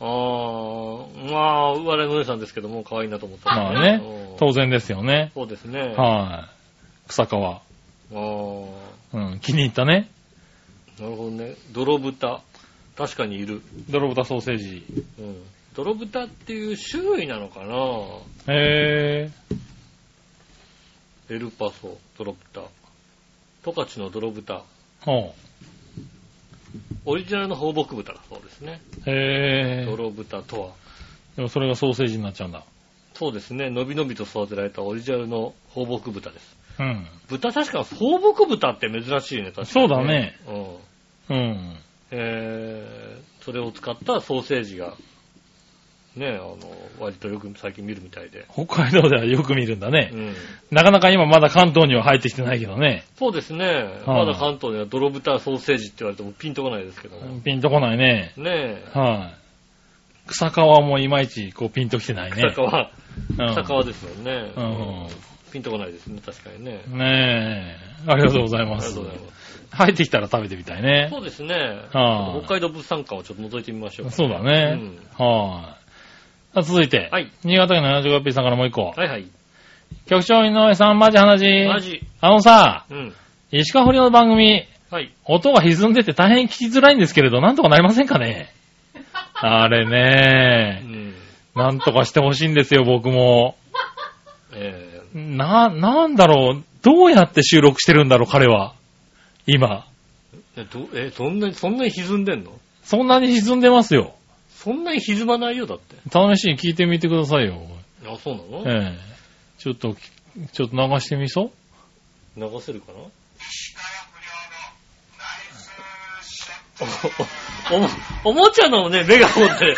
Speaker 2: あー、まあ、我のお姉さんですけども、可愛いなと思ったん
Speaker 3: ま
Speaker 2: で、
Speaker 3: あね、
Speaker 2: うん
Speaker 3: 当然ですよね。
Speaker 2: そうですね。あ
Speaker 3: はい。草川。
Speaker 2: あー、
Speaker 3: うん、気に入ったね。
Speaker 2: なるほどね。泥豚。確かにいる。
Speaker 3: 泥豚ソーセージ。
Speaker 2: うん。泥豚っていう種類なのかな
Speaker 3: へえ。
Speaker 2: エルパソ、泥豚。十勝の泥豚。
Speaker 3: ほ
Speaker 2: オリジナルの放牧豚だそうですね。
Speaker 3: う。へえ。
Speaker 2: 泥豚とは。
Speaker 3: でもそれがソーセージになっちゃうんだ。
Speaker 2: そうですね。のびのびと育てられたオリジナルの放牧豚です。
Speaker 3: うん。
Speaker 2: 豚確か放牧豚って珍しいね、確かに、
Speaker 3: そうだね。
Speaker 2: うん。
Speaker 3: うん。
Speaker 2: えー、それを使ったソーセージが、ね、あの、割とよく最近見るみたいで。
Speaker 3: 北海道ではよく見るんだね
Speaker 2: う。ん。
Speaker 3: なかなか今まだ関東には入ってきてないけどね。
Speaker 2: そうですね。
Speaker 3: は
Speaker 2: ま
Speaker 3: い
Speaker 2: だ関東では泥豚ソーセージって言われてもピンとこないですけどね。
Speaker 3: ピンとこないね。
Speaker 2: ねえ。
Speaker 3: はい。草川もいまいちこうピンときてないね
Speaker 2: 草。川、
Speaker 3: うん
Speaker 2: 草川ですもんね。
Speaker 3: うん
Speaker 2: ピンとこないですね、確かにね。
Speaker 3: ねえ。ありがとうござい
Speaker 2: あ
Speaker 3: ま
Speaker 2: りが
Speaker 3: す
Speaker 2: とうござい。ます。
Speaker 3: 入ってきたら食べてみたいね
Speaker 2: そ。うですね。
Speaker 3: はあ
Speaker 2: 北海道物産館をちょっと覗いてみましょう。
Speaker 3: そうだね。はい、あ。続いて。
Speaker 2: はい
Speaker 3: 新潟県の 75P さんからもう一個。
Speaker 2: はいはい。
Speaker 3: 局長井上さん、マジ話。
Speaker 2: マジ。
Speaker 3: あのさ、
Speaker 2: うん。
Speaker 3: 石川不良の番組、
Speaker 2: はい。
Speaker 3: 音が歪んでて大変聞きづらいんですけれど、なんとかなりませんか
Speaker 2: <laughs>
Speaker 3: ねあれ
Speaker 2: う
Speaker 3: ね
Speaker 2: ん。
Speaker 3: なんとかしてほしいんですよ、僕も。
Speaker 2: えー
Speaker 3: な、なんだろう、どうやって収録してるんだろう、彼は。今。
Speaker 2: え、ど、え、そんなに、そんなに歪んでんの
Speaker 3: そんなに歪んでますよ。
Speaker 2: そんなに歪まないよ、だって。
Speaker 3: 楽しい聞いてみてくださいよ。
Speaker 2: あ、そうなの
Speaker 3: ええ。ちょっと、ちょっと流してみそう
Speaker 2: 流せるかな <laughs> お、お、おもちゃのね、メガホン <laughs> で。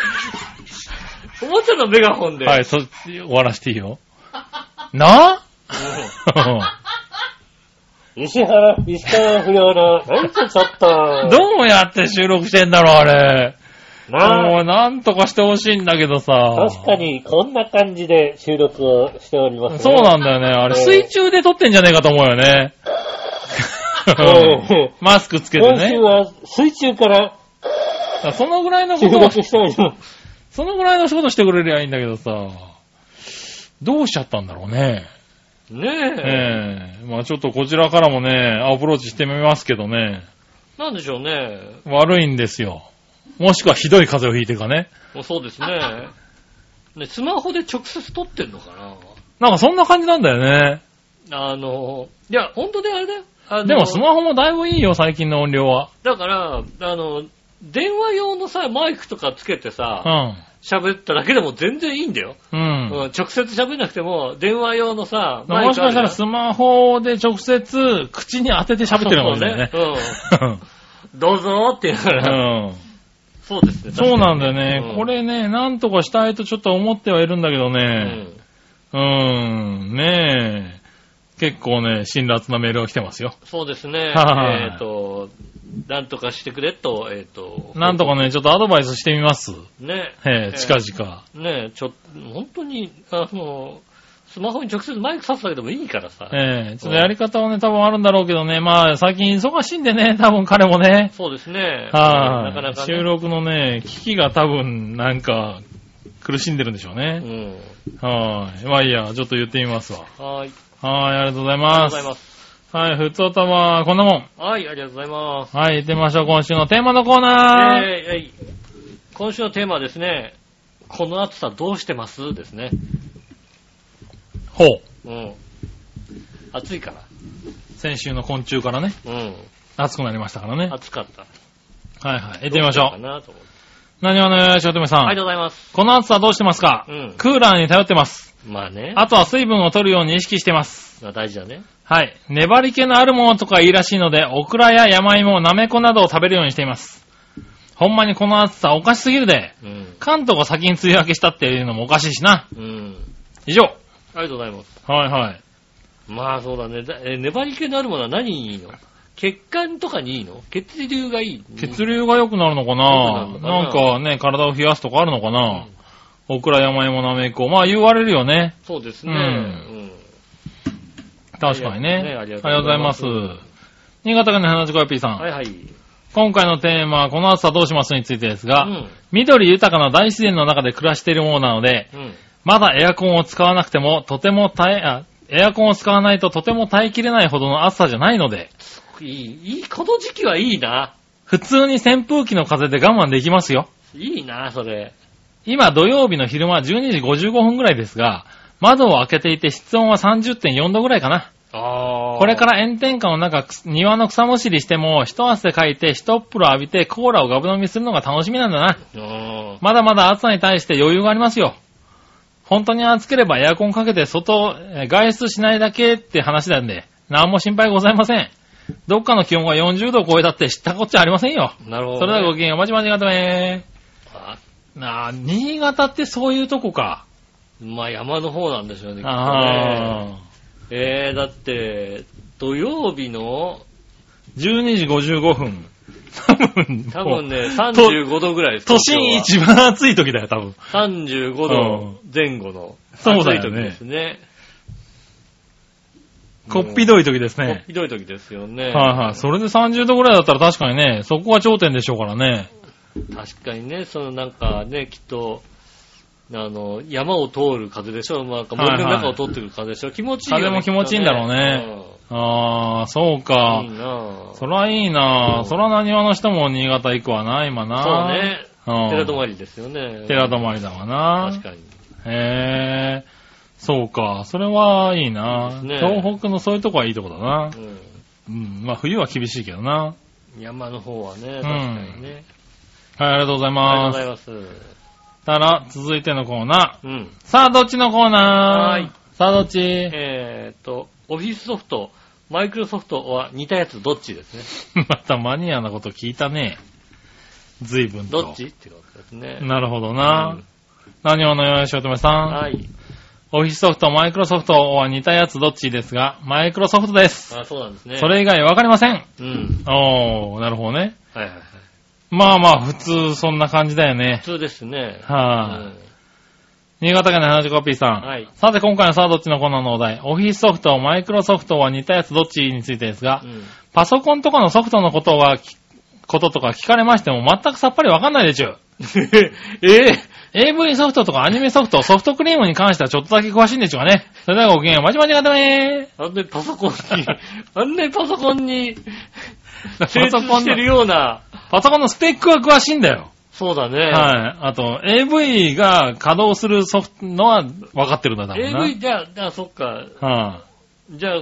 Speaker 2: おもちゃのメガホンで。
Speaker 3: はい、そ、終わらしてい
Speaker 2: <laughs>
Speaker 3: いよ。なあ <laughs>
Speaker 2: 石原、石川不良の、なんてちょっと
Speaker 3: どうやって収録してんだろう、あれ。もう、なんとかしてほしいんだけどさ。
Speaker 2: に、こんな感じで収録をしておりま
Speaker 3: そうなんだよね。あれ、水中で撮ってんじゃねえかと思うよね。
Speaker 2: ええ
Speaker 3: マスクつけてね。
Speaker 2: は水中から
Speaker 3: そのぐらいのことを、
Speaker 2: しております。
Speaker 3: そのぐらいの仕事してくれりゃいいんだけどさ。どうしちゃったんだろうね。
Speaker 2: ねえ。
Speaker 3: ええまあちょっとこちらからもね、アプローチしてみますけどね。
Speaker 2: なんでしょうね。
Speaker 3: 悪いんですよ。もしくはひどい風邪をひいてかね。
Speaker 2: もうそうですね。ね、スマホで直接撮ってんのか
Speaker 3: なんかそんな感じなんだよね。
Speaker 2: なあの、いや、ほんとね、あれだよ。あの
Speaker 3: でもスマホもだいぶいいよ、最近の音量は。
Speaker 2: だから、あの、電話用のさ、マイクとかつけて
Speaker 3: う
Speaker 2: さ、
Speaker 3: ん。
Speaker 2: 喋っただけでも全然いいんだよ。
Speaker 3: うん。
Speaker 2: うん直接喋んなくても、電話用のさ、マイ
Speaker 3: もし
Speaker 2: クあるじ
Speaker 3: かし
Speaker 2: ゃ
Speaker 3: た
Speaker 2: ん
Speaker 3: らスマホで直接口に当てて喋ってるのかもしれないね。
Speaker 2: そうねうん。どうぞーって言うか
Speaker 3: う
Speaker 2: ら、
Speaker 3: ん
Speaker 2: そうですね。
Speaker 3: そうなんんだよね、
Speaker 2: うん
Speaker 3: これね、なんとかしたいとちょっと思ってはいるんだけど
Speaker 2: う
Speaker 3: ね。
Speaker 2: ん。
Speaker 3: うん、ん、ねえ。結構ね、辛辣なメールが来てますよ。
Speaker 2: そうですね。
Speaker 3: <laughs> はい
Speaker 2: えっと、なんとかしてくれと、えっと。
Speaker 3: なんとかね、ちょっとアドバイスしてみます。
Speaker 2: ね。
Speaker 3: え
Speaker 2: え
Speaker 3: え、近々。
Speaker 2: ねえ、ちょ、本当に、あの、スマホに直接マイク挿すだけでもいいからさ。
Speaker 3: ええ、ちょっとやり方はね、多分あるんだろうけどね、まあ、最近忙しいんでね、多分彼もね。
Speaker 2: そうですね。
Speaker 3: は、
Speaker 2: ないかなか、ね。
Speaker 3: 収録のね、機器が多分、なんか、苦しんでるんでしょう
Speaker 2: う
Speaker 3: ね。
Speaker 2: ん。
Speaker 3: はい。まあいいや、ちょっと言ってみますわ。
Speaker 2: はい。
Speaker 3: はい、ありがとうござい
Speaker 2: ありがとう
Speaker 3: ま
Speaker 2: ござい
Speaker 3: す。
Speaker 2: ます。
Speaker 3: はい、ふつおたはこんなもん。
Speaker 2: はい、ありがとうございます。
Speaker 3: はい、行ってみましょう、今週のテーマのコーナー。
Speaker 2: えーはい今週のテーマはですね、この暑さどうしてますですね。
Speaker 3: ほう。
Speaker 2: うん。暑いから。
Speaker 3: 先週の昆虫からね、
Speaker 2: うん。
Speaker 3: 暑くなりましたからね。
Speaker 2: 暑かった。
Speaker 3: はいはい、行ってみまし
Speaker 2: ど
Speaker 3: ょ
Speaker 2: うしようか
Speaker 3: う。
Speaker 2: なと思って。
Speaker 3: 何はね、しおとめさ。
Speaker 2: ありがとうんございます。
Speaker 3: この暑さどうしてますか
Speaker 2: うん
Speaker 3: クーラーに頼ってます。
Speaker 2: まあね。
Speaker 3: あとは水分を取るように意識してます。
Speaker 2: まあ大事だね。
Speaker 3: はい。粘り気のあるものとかいいらしいので、オクラや山芋、ナメコなどを食べるようにしています。ほんまにこの暑さおかしすぎるで、
Speaker 2: うん。
Speaker 3: 関東が先に梅雨明けしたっていうのもおかしいしな。
Speaker 2: うん。
Speaker 3: 以上。
Speaker 2: ありがとうございます。
Speaker 3: はいはい。
Speaker 2: まあそうだね。だえ粘り気のあるものは何にいいの血管とかにいいの血流がいい
Speaker 3: 血流が良くなるのか
Speaker 2: 良くなる
Speaker 3: な
Speaker 2: のかな
Speaker 3: なんかね、体を冷やすとかあるのかな、オクラ山芋なめこ。まあ言われるよね。
Speaker 2: そうですね。
Speaker 3: うん
Speaker 2: うん
Speaker 3: 確かにね。
Speaker 2: あ
Speaker 3: あ
Speaker 2: りがと
Speaker 3: りがと
Speaker 2: う
Speaker 3: う
Speaker 2: ござ
Speaker 3: ござ
Speaker 2: い
Speaker 3: い
Speaker 2: ま
Speaker 3: ますす。新潟県の花子屋 P さん、
Speaker 2: はいはい。
Speaker 3: 今回のテーマは、この暑さどうしますについてですが、
Speaker 2: うん
Speaker 3: 緑豊かな大自然の中で暮らしているものなので、
Speaker 2: うん。
Speaker 3: まだエアコンを使わなくても、とても耐え、あ、エアコンを使わないととても耐えきれないほどの暑さじゃないので、
Speaker 2: いい、いい、この時期はいいな。
Speaker 3: 普通に扇風機の風で我慢できますよ。
Speaker 2: いいな、それ。
Speaker 3: 今土曜日の昼間12時55分ぐらいですが、窓を開けていて室温は30.4度ぐらいかな。
Speaker 2: ああ。
Speaker 3: これか。ら炎天下の中、くす庭の草むしりしても、一汗かいて一っ風呂浴びてコーラをガブ飲みするのが楽しみなんだな。
Speaker 2: うん。
Speaker 3: まだまだ暑さに対して余裕がありますよ。本当に暑ければエアコンかけて外、えー外出しないだけって話なんで、何も心配ございません。どっかの気温が40度を超えたって知ったこっちゃありませんよ。
Speaker 2: なるほど、ね。
Speaker 3: それではごきげんよう、まちまちがため
Speaker 2: あ
Speaker 3: なあ、新潟ってそういうとこか。
Speaker 2: まあ山の方なんでしょうね、きっとね
Speaker 3: ああ。
Speaker 2: えー、だって、土曜日の、
Speaker 3: 12時55分。多分、
Speaker 2: 多分ね、
Speaker 3: と
Speaker 2: 35度ぐらいです。
Speaker 3: 都心
Speaker 2: 東京
Speaker 3: 一番暑い時だよ、多分。
Speaker 2: は35度前後の暑
Speaker 3: そうだ
Speaker 2: い
Speaker 3: よ
Speaker 2: 時
Speaker 3: ね
Speaker 2: ですね。
Speaker 3: こっぴどい時です
Speaker 2: もう
Speaker 3: ね。
Speaker 2: ひどい時ですよね。
Speaker 3: はいはい。それで30度ぐらいだったら確かにね、そこが頂点でしょうからね。
Speaker 2: 確かにね、そのなんかね、きっと、あの、山を通る風でしょなんか森の中を通ってくる風でしょ、気持ちいいよね。
Speaker 3: 風も気持ちいいんだろうねああ、そう
Speaker 2: きっと
Speaker 3: か
Speaker 2: ね。。うんいいなぁ
Speaker 3: そらいいな、
Speaker 2: うん
Speaker 3: そら何話の人も新潟行くわな、今な。
Speaker 2: そうね。
Speaker 3: うん。
Speaker 2: 寺泊まりですよね。
Speaker 3: 寺泊まりだわな。
Speaker 2: 確かに。
Speaker 3: へえ。そうか。それはいいな。
Speaker 2: いいですね
Speaker 3: 東北のそういうとこはいいとこだな。
Speaker 2: うん
Speaker 3: うん。まあ冬は厳しいけどな。
Speaker 2: 山の方はね、確かにね。
Speaker 3: はい、ありがとうござい
Speaker 2: あ
Speaker 3: ま
Speaker 2: り
Speaker 3: す。
Speaker 2: がとうございます。
Speaker 3: たら、続いてのコーナ
Speaker 2: うん。
Speaker 3: ー。さあ、どっちのコーナ
Speaker 2: は
Speaker 3: ー
Speaker 2: い
Speaker 3: さあ、どっち
Speaker 2: えーっと、オフィスソフト、マイクロソフトは似たやつどっちですね。
Speaker 3: <laughs> またマニアなこと聞いたね。随分と。
Speaker 2: どっちってことですね。
Speaker 3: なるほど
Speaker 2: う
Speaker 3: な。
Speaker 2: ん
Speaker 3: 何をのよよしおとめさん。
Speaker 2: はい。
Speaker 3: オフィスソフト、マイクロソフトは似たやつどっちですが、マイクロソフトです。
Speaker 2: あ、そうなんですね。
Speaker 3: それ以外わかりません。
Speaker 2: うん。
Speaker 3: おー、なるほどね。
Speaker 2: はいはいはい。
Speaker 3: まあまあ、普通そんな感じだよね。
Speaker 2: 普通ですね。
Speaker 3: はい、新潟県の話コピーさ。
Speaker 2: うんはい。
Speaker 3: さて今回のさあどっちのコーナーのお題、オフィスソフト、マイクロソフトは似たやつどっちについてですが
Speaker 2: う、ん
Speaker 3: パソコンとかのソフトのことはき、こととか聞かれましても全くさっぱりわかんない
Speaker 2: <laughs>
Speaker 3: でちゅ。え AV ソフトとかアニメソフト、ソフトクリームに関してはちょっとだけ詳しいんでちゅがね。それではごきげんよう、まちまちがため
Speaker 2: あんなにパソコンに、 <laughs> あんなにパソコンに、
Speaker 3: パ
Speaker 2: 精通してるような、
Speaker 3: パソコンのスペックは詳しいんだよ。
Speaker 2: そうだね。
Speaker 3: はい。あと、AV が稼働するソフトのは分かってるんだ、多分な。
Speaker 2: AV、じゃあ、じゃあ、そっか。
Speaker 3: は
Speaker 2: じゃあ、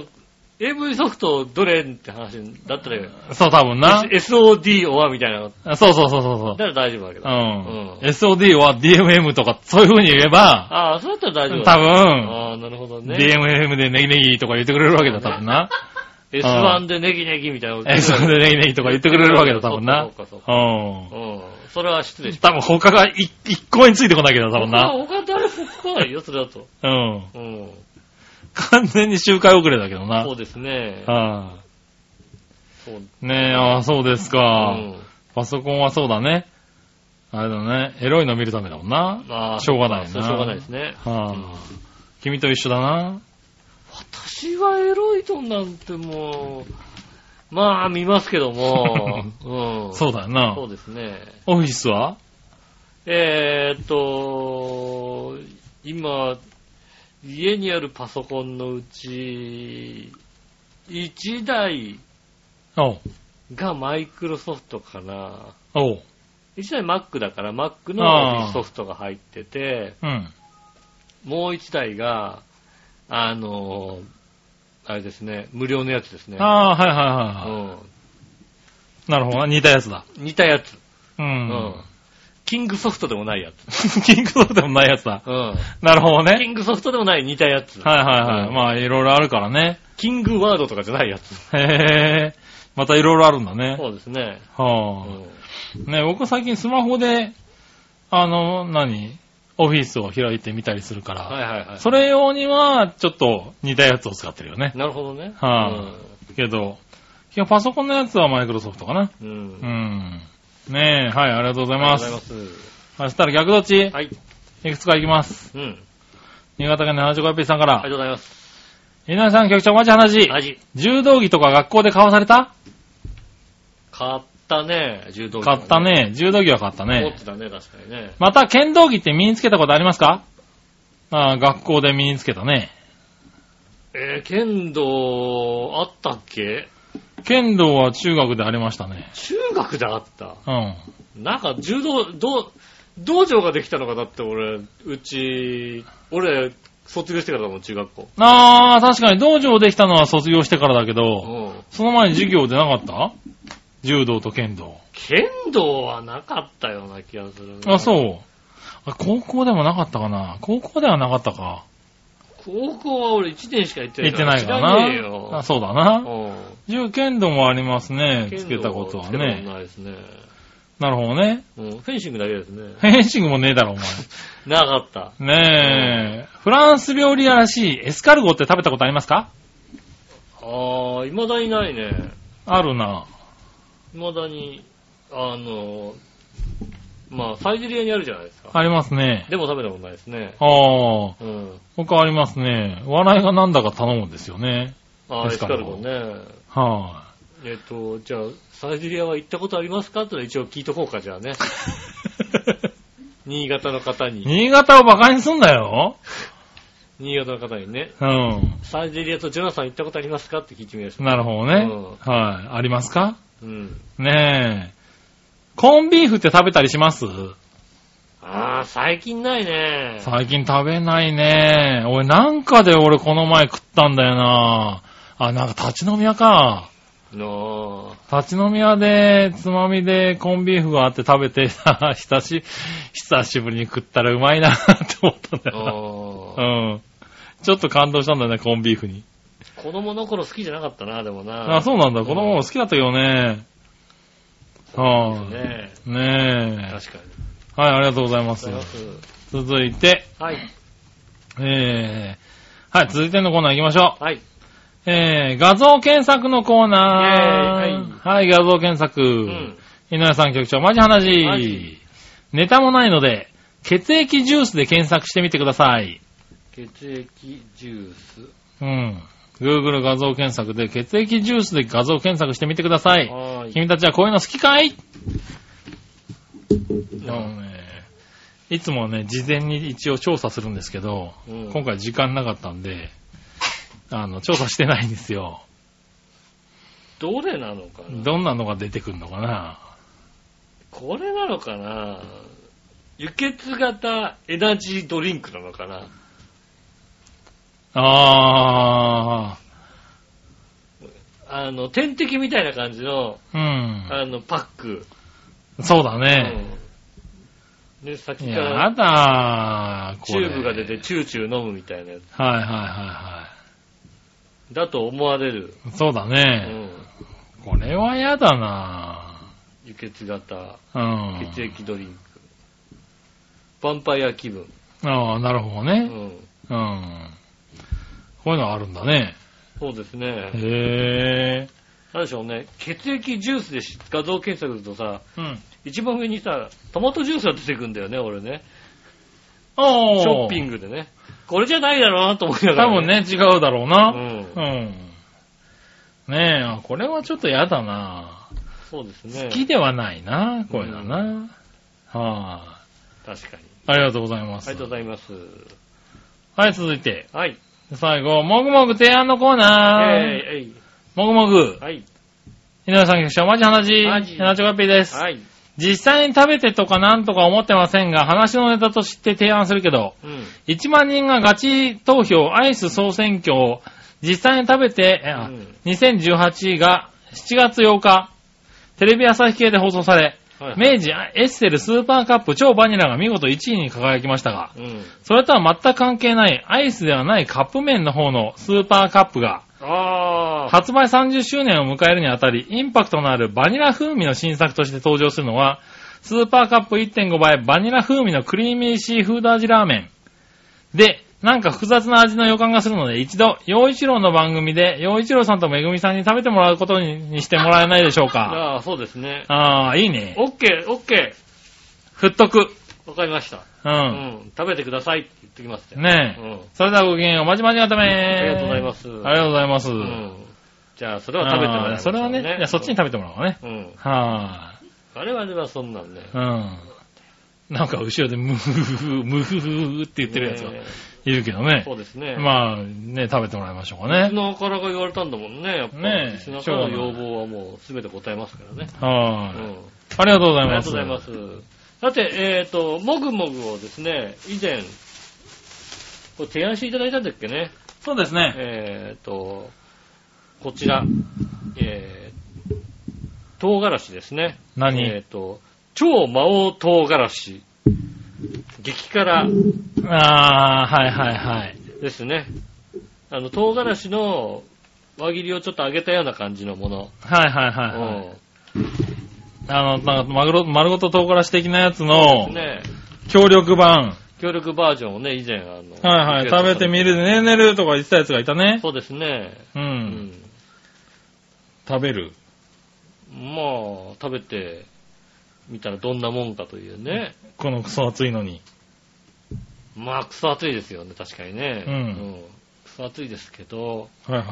Speaker 2: AV ソフトどれって話だったらいいよ
Speaker 3: いそう、多分な。
Speaker 2: S- SOD オアみたいなの。だ
Speaker 3: そうそうそうそうそう。
Speaker 2: ったら大丈夫だけど。
Speaker 3: う
Speaker 2: うん
Speaker 3: ん。SOD は DMM とか、そういう風に言えば、
Speaker 2: ああ、そうだったら大丈夫
Speaker 3: 多
Speaker 2: 分。
Speaker 3: 分、
Speaker 2: ああ、なるほどね。
Speaker 3: DMM でネギネギとか言ってくれるわけだ、多分な。
Speaker 2: S1 でネギネギみたいなの。
Speaker 3: え、そうでネギネギとか言ってくれるわけだ、多分な。
Speaker 2: そうかそうか
Speaker 3: う
Speaker 2: うん。それは失礼
Speaker 3: ん。
Speaker 2: し
Speaker 3: 多分他が一一個についてこないけど、多
Speaker 2: た。
Speaker 3: 分な。
Speaker 2: 他他誰も来ないよ、それだと。
Speaker 3: うん。
Speaker 2: うん。
Speaker 3: 完全に周回遅れだけどな。
Speaker 2: そうですね。
Speaker 3: は
Speaker 2: そう。
Speaker 3: いねえ、ああ、そうです
Speaker 2: う
Speaker 3: か。
Speaker 2: ん。
Speaker 3: パソコンはそうだね。あれだね。エロいの見るためだもんな。
Speaker 2: まあ、
Speaker 3: しょうがないな
Speaker 2: そうしょうがないですね。う
Speaker 3: は
Speaker 2: ん
Speaker 3: あ、君と一緒だな。
Speaker 2: 私はエロいとなんてもう、まあ見ますけど
Speaker 3: <laughs>
Speaker 2: も、うん。
Speaker 3: そうだよな
Speaker 2: そ。うですね。
Speaker 3: オフィスは
Speaker 2: えーっと、今、家にあるパソコンのうち、1台
Speaker 3: おう。
Speaker 2: がマイクロソフトかな。
Speaker 3: おう。
Speaker 2: 1台 Mac だから Mac
Speaker 3: あ
Speaker 2: の
Speaker 3: ー
Speaker 2: ソフトが入ってて、
Speaker 3: うん。
Speaker 2: もう1台が、あの、あれですね、無料のやつですね。
Speaker 3: ああ、はいはいは
Speaker 2: う
Speaker 3: いは
Speaker 2: ん
Speaker 3: い。なるほどな。似たやつだ。
Speaker 2: 似たやつ。
Speaker 3: う
Speaker 2: うんん。。キングソフトでもないやつ。
Speaker 3: キングソフトでもないやつだ。
Speaker 2: うん。
Speaker 3: なるほ
Speaker 2: キ
Speaker 3: どね。
Speaker 2: ングソフトでもない似たやつ。
Speaker 3: はいはいは
Speaker 2: う
Speaker 3: い。
Speaker 2: ん
Speaker 3: まあ、いろいろあるからね。
Speaker 2: キングワードとかじゃないやつ。
Speaker 3: へえ。またいろいろあるんだね。
Speaker 2: そうですね。
Speaker 3: は
Speaker 2: う
Speaker 3: あ。
Speaker 2: ん。
Speaker 3: ね、僕最近スマホで、あの、何オフィスを開いてみたりするから、
Speaker 2: はいはいはい。
Speaker 3: それ用には、ちょっと似たやつを使ってるよね。
Speaker 2: なるほどね。
Speaker 3: はいけど、いや、パソコンのやつはマイクロソフトかな。
Speaker 2: うん。うん。
Speaker 3: う
Speaker 2: あり
Speaker 3: ん。ねえ、はい、ありがとうござい
Speaker 2: がとう
Speaker 3: ま
Speaker 2: ござ
Speaker 3: す。
Speaker 2: います。
Speaker 3: そしたら逆どっち、
Speaker 2: はい。
Speaker 3: い、くつか行きます。
Speaker 2: うん。あり
Speaker 3: 新潟県 75AP さんから
Speaker 2: がと、うございます。
Speaker 3: 稲田さん、局長、マジ話。
Speaker 2: 味。
Speaker 3: 柔道着とか学校で買わされた
Speaker 2: 買ったね、柔道着、
Speaker 3: 買った。ね。柔道着は買った
Speaker 2: 持っ
Speaker 3: ね。
Speaker 2: てたね、確かにね。
Speaker 3: また、剣道着って身につけたことありますかああ、学校で身につけたね。
Speaker 2: えー、剣道、あったっけ
Speaker 3: 剣道は中学でありましたね。
Speaker 2: 中学であった。
Speaker 3: うん。
Speaker 2: なんか柔道、道、道場ができたのが、だって俺、うち、俺、卒業してからだもん、中学校。
Speaker 3: ああ、確かに道場できたのは卒業してからだけ
Speaker 2: う
Speaker 3: ど、
Speaker 2: ん。
Speaker 3: その前に授業でなかった柔道と剣道。
Speaker 2: 剣道はなかったような気がするな
Speaker 3: あ、そう。あ高校でもなかったかな高校ではなかったか。
Speaker 2: 高校は俺1年しか行ってな
Speaker 3: 行
Speaker 2: い
Speaker 3: ってないか
Speaker 2: 知らねえよ
Speaker 3: な。あそうだな。
Speaker 2: うん
Speaker 3: 柔剣道もありますね。
Speaker 2: 剣道
Speaker 3: つけたことは
Speaker 2: つけたこと
Speaker 3: ね。
Speaker 2: ないですね。
Speaker 3: なるほどね。
Speaker 2: うんフェンシングだけですね。
Speaker 3: フェンシングもねえだろ、お
Speaker 2: なかった。
Speaker 3: 前。ねえ。フランス料理屋らしいエスカルゴって食べたことありますか
Speaker 2: ああ、未だにないね。
Speaker 3: あるな。
Speaker 2: 未だに、あの、まあ、サイゼリアにあるじゃないですか。
Speaker 3: ありますね。
Speaker 2: でも食べたことないですね。
Speaker 3: ああ、
Speaker 2: うん。
Speaker 3: 他ありますね。笑いがなんだか頼むんですよね。
Speaker 2: ああ、エ
Speaker 3: です
Speaker 2: ス
Speaker 3: か
Speaker 2: カ
Speaker 3: ら
Speaker 2: ルゴね。
Speaker 3: は
Speaker 2: えっと、じゃあ、サイゼリアは行ったことありますかってのは一応聞いとこうか、じゃあ
Speaker 3: <laughs>
Speaker 2: ね。 <laughs> 新潟の方
Speaker 3: い。
Speaker 2: に、
Speaker 3: 新潟をバカにすんだよ。
Speaker 2: 新潟の方にね、
Speaker 3: うん。
Speaker 2: サイゼリアとジョナサン行ったことありますかって聞いてみましょ
Speaker 3: なるほどね。
Speaker 2: う
Speaker 3: はい。ありますか
Speaker 2: う。うん。
Speaker 3: ねえ。コンビーフって食べたりします
Speaker 2: ああ、最近ないね。
Speaker 3: 最近食べないね。俺なんかで俺この前食ったんだよな。あ、なんか立ち飲み屋か。
Speaker 2: の
Speaker 3: 立ち飲み屋で、つまみでコンビーフがあって食べて、 <laughs> あ久し、久しぶりに食ったらうまいなって思ったんだ <laughs>
Speaker 2: ー
Speaker 3: よ
Speaker 2: あー
Speaker 3: な。うん。ちょっと感動したんだよね、コンビーフに。
Speaker 2: 子供の頃好きじゃなかったな、でもな。
Speaker 3: あ、そうなんだ。子供も好
Speaker 2: き
Speaker 3: きだったよね。は
Speaker 2: です
Speaker 3: い、
Speaker 2: ね。
Speaker 3: ね
Speaker 2: 確かに。
Speaker 3: え。はい、ありがとうございま
Speaker 2: あ
Speaker 3: す
Speaker 2: り。がとうございます
Speaker 3: 続いて、
Speaker 2: はい。
Speaker 3: えー、はい、続いてのコーナー行きましょう。
Speaker 2: はい。
Speaker 3: えー、画像検索のコーナ
Speaker 2: イェーイ
Speaker 3: ー。はい、画像検索。
Speaker 2: うん。
Speaker 3: 井上さん局長、マジ話。
Speaker 2: マジ
Speaker 3: ネタもないので、血液ジュースで検索してみてください。
Speaker 2: 血液ジュース。
Speaker 3: うん。Google 画像検索で、血液ジュースで画像検索してみてください。
Speaker 2: はーい。
Speaker 3: 君たちはこういうの好きかい、
Speaker 2: う
Speaker 3: うんんね、いつもね、事前に一応調査するんですけど、
Speaker 2: うん
Speaker 3: 今回時間なかった
Speaker 2: <laughs>
Speaker 3: んで、あの、調査してないんですよ。
Speaker 2: どれなのかな
Speaker 3: どんなのが出てくるのかな
Speaker 2: これなのかな輸血型エナジードリンクなのかな
Speaker 3: あ
Speaker 2: あの、点滴みたいな感じの、
Speaker 3: ー、うん。
Speaker 2: あの、パック。
Speaker 3: そうだね。
Speaker 2: うんで、先か
Speaker 3: や
Speaker 2: ら
Speaker 3: だー、
Speaker 2: チューブが出て、
Speaker 3: て。
Speaker 2: チューチュー飲むみたいなやつ。
Speaker 3: はいはいは
Speaker 2: だと思われる。
Speaker 3: いはい。そうだ
Speaker 2: う
Speaker 3: ね。
Speaker 2: ん。
Speaker 3: これはやだな
Speaker 2: 輸血型、
Speaker 3: ー。うん。
Speaker 2: 血液ドリンク。ヴァンパイア気分。
Speaker 3: ああ、なるほど
Speaker 2: う
Speaker 3: ね。
Speaker 2: ん。
Speaker 3: うん。こういうのあるんだね。
Speaker 2: そうですね。
Speaker 3: へえ。
Speaker 2: なんでしょうね。血液ジュースでし画像検索するとさ、
Speaker 3: うん。
Speaker 2: 一番上にさ、トマトジュースが出てくんだよね、俺ね。
Speaker 3: お
Speaker 2: ショッピン
Speaker 3: グ。
Speaker 2: グでね。これじゃないだろうなと思いながら、
Speaker 3: 多分。ね、違うだろう
Speaker 2: う。
Speaker 3: な。うんん。ねえあ、これはちょっとやだな
Speaker 2: そうですね。
Speaker 3: 好きではないな、これだな。は
Speaker 2: 確かに。
Speaker 3: い。ありがとうございま
Speaker 2: あ
Speaker 3: す。
Speaker 2: りがとうございます。
Speaker 3: はい、続いて。
Speaker 2: はい。
Speaker 3: 最後、もぐもぐ提案のコーナー。
Speaker 2: えいえ
Speaker 3: もぐもぐ
Speaker 2: い。。はい。
Speaker 3: 井上さん、局長、マジ話。
Speaker 2: マジ
Speaker 3: 七丁ガッピーです。
Speaker 2: はい。
Speaker 3: 実際に食べてとかなんとか思ってませんが、話のネタとして提案するけど、
Speaker 2: うん。
Speaker 3: 1万人がガチ投票、アイス総選挙を実際に食べて、えあ
Speaker 2: うん
Speaker 3: 2018が7月8日、テレビ朝日系で放送され、
Speaker 2: はい。
Speaker 3: 明治エッセルスーパーカップ超バニラが見事1位に輝きましたが、
Speaker 2: うん。
Speaker 3: それとは全く関係ないアイスではないカップ麺の方のスーパーカップが、
Speaker 2: ああ。
Speaker 3: 発売30周年を迎えるにあたり、インパクトのあるバニラ風味の新作として登場するのは、スーパーカップ1.5倍、バニラ風味のクリーミーシーフード味ラーメン。で、なんか複雑な味の予感がするので、一度、洋一郎の番組で、洋一郎さんとめぐみさんに食べてもらうことににしてもらえないでしょうか。
Speaker 2: ああ、そうですね。
Speaker 3: ああ、いいね。
Speaker 2: オッケー、オッケ
Speaker 3: ふっとく。
Speaker 2: ー。わかりました。
Speaker 3: う。
Speaker 2: うんん。食べてくださいって言ってきますね。
Speaker 3: ねえ。
Speaker 2: うん。
Speaker 3: それではごきげんよう。まじまじがため
Speaker 2: ありがとうございます
Speaker 3: ありがとうございます。
Speaker 2: うん。じゃあ、それは食べてもらい
Speaker 3: あ
Speaker 2: ま
Speaker 3: ー
Speaker 2: す
Speaker 3: それはね、いやそっちに食べてもらおうね。
Speaker 2: べうん。
Speaker 3: は
Speaker 2: 我々はそんなんね。
Speaker 3: ぁ、うん。なんか後ろでムフフフ、ムフフフって言ってるやつが
Speaker 2: ね
Speaker 3: いるけどね。
Speaker 2: そうですね。あ、
Speaker 3: まあ、ね、食べてもらいましょうか
Speaker 2: ね。
Speaker 3: ね。
Speaker 2: 砂からが言われたんだもんね、やっぱり。
Speaker 3: ねえ
Speaker 2: 砂からの要望はもう全て答えますからね。
Speaker 3: は
Speaker 2: う
Speaker 3: い、
Speaker 2: ん。
Speaker 3: ありがとうござ
Speaker 2: あ
Speaker 3: い
Speaker 2: りがと
Speaker 3: ます。
Speaker 2: うございます。さて、えっ、と、もぐもぐをですね、以前、これ提案していただいたんだっけね。
Speaker 3: そうですね。
Speaker 2: えっ、と、こちら、えー、唐辛子ですね。
Speaker 3: 何、
Speaker 2: えっ、と、超魔王唐辛子。激辛
Speaker 3: あー、はいはいはい。
Speaker 2: ですね。あの、唐辛子の輪切りをちょっと揚げたような感じのもの。
Speaker 3: はいはいはい、はい。あの、なんか、マグロ、丸ごと唐辛子的なやつ
Speaker 2: う
Speaker 3: の
Speaker 2: ん。、ね
Speaker 3: 協力版。
Speaker 2: 協力バージョンをね、以前、あの、
Speaker 3: はいはい。食べてみる、ねねるとか言ってたやつがいたね。
Speaker 2: そうですね。
Speaker 3: う。
Speaker 2: うんん。
Speaker 3: 食べる。
Speaker 2: まあ、食べてみたらどんなもんかというね。
Speaker 3: このクソ暑いのに。
Speaker 2: まあ、クソ暑いですよね、確かにね。
Speaker 3: うん
Speaker 2: クソ暑いですけど、
Speaker 3: はいはい。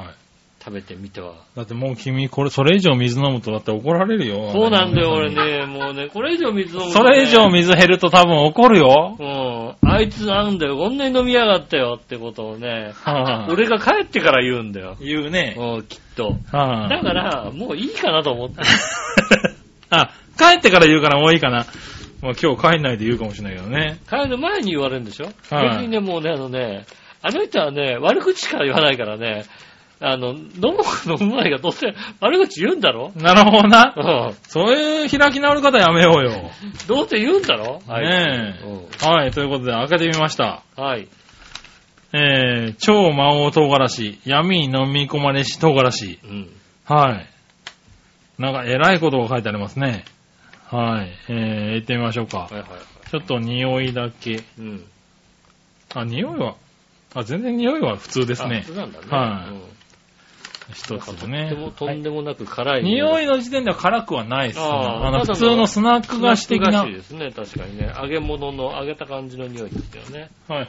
Speaker 2: 食べてみては。
Speaker 3: だってもう君、これ、それ以上水飲むとだって怒られるよ。
Speaker 2: そうなんだよ、俺ね。
Speaker 3: ね。
Speaker 2: もうね、これ以上水飲む、
Speaker 3: それ以上。水減ると多分怒るよ。
Speaker 2: うん。あいつなんだよ、こんなに飲みやがったよってことをね、
Speaker 3: はぁ
Speaker 2: 俺が帰ってから言うんだよ。
Speaker 3: 言うね。
Speaker 2: うん、きっと。
Speaker 3: は
Speaker 2: だ
Speaker 3: ぁ
Speaker 2: から、もういいかなと思って。
Speaker 3: <laughs> あ、帰ってから言うからもういいかな。もう今日帰んないで言うかもしれないけどね。
Speaker 2: 帰る前に言われるんでしょ、
Speaker 3: はい
Speaker 2: 別にね、もうね、あのね、あの人はね、悪口しか言わないからね、あの、飲む、飲む前がどう <laughs> せ悪口言うんだろ
Speaker 3: なるほどな
Speaker 2: う。ん。
Speaker 3: そういう開き直る方やめようよ。
Speaker 2: どうせ言うんだろはい。
Speaker 3: ねえ
Speaker 2: うん
Speaker 3: はい、ということで開けてみました。
Speaker 2: はい。
Speaker 3: えー、超魔王唐辛子、闇に飲み込まれし唐辛子。
Speaker 2: うん。
Speaker 3: はい。なんか、偉いことが書いてありますね。はい。えー、行ってみましょうか
Speaker 2: はい。はいは
Speaker 3: ちょっと匂いだけ。
Speaker 2: い。うん。
Speaker 3: あ、匂いは、あ、全然匂いは普通です
Speaker 2: あ
Speaker 3: ね
Speaker 2: 普。通なんだね。
Speaker 3: はい
Speaker 2: うん
Speaker 3: 一
Speaker 2: なんか
Speaker 3: つ
Speaker 2: とっ
Speaker 3: ね
Speaker 2: ても。とんでもなく辛い。
Speaker 3: 匂いの時点では辛くはないですね。
Speaker 2: あーた
Speaker 3: あ
Speaker 2: だ
Speaker 3: の、
Speaker 2: の
Speaker 3: 普通のスナック菓子的な。
Speaker 2: スナック菓
Speaker 3: は
Speaker 2: 子
Speaker 3: い
Speaker 2: ですね、確かにね。揚げ物の揚げた感じの匂いですよね。
Speaker 3: はい。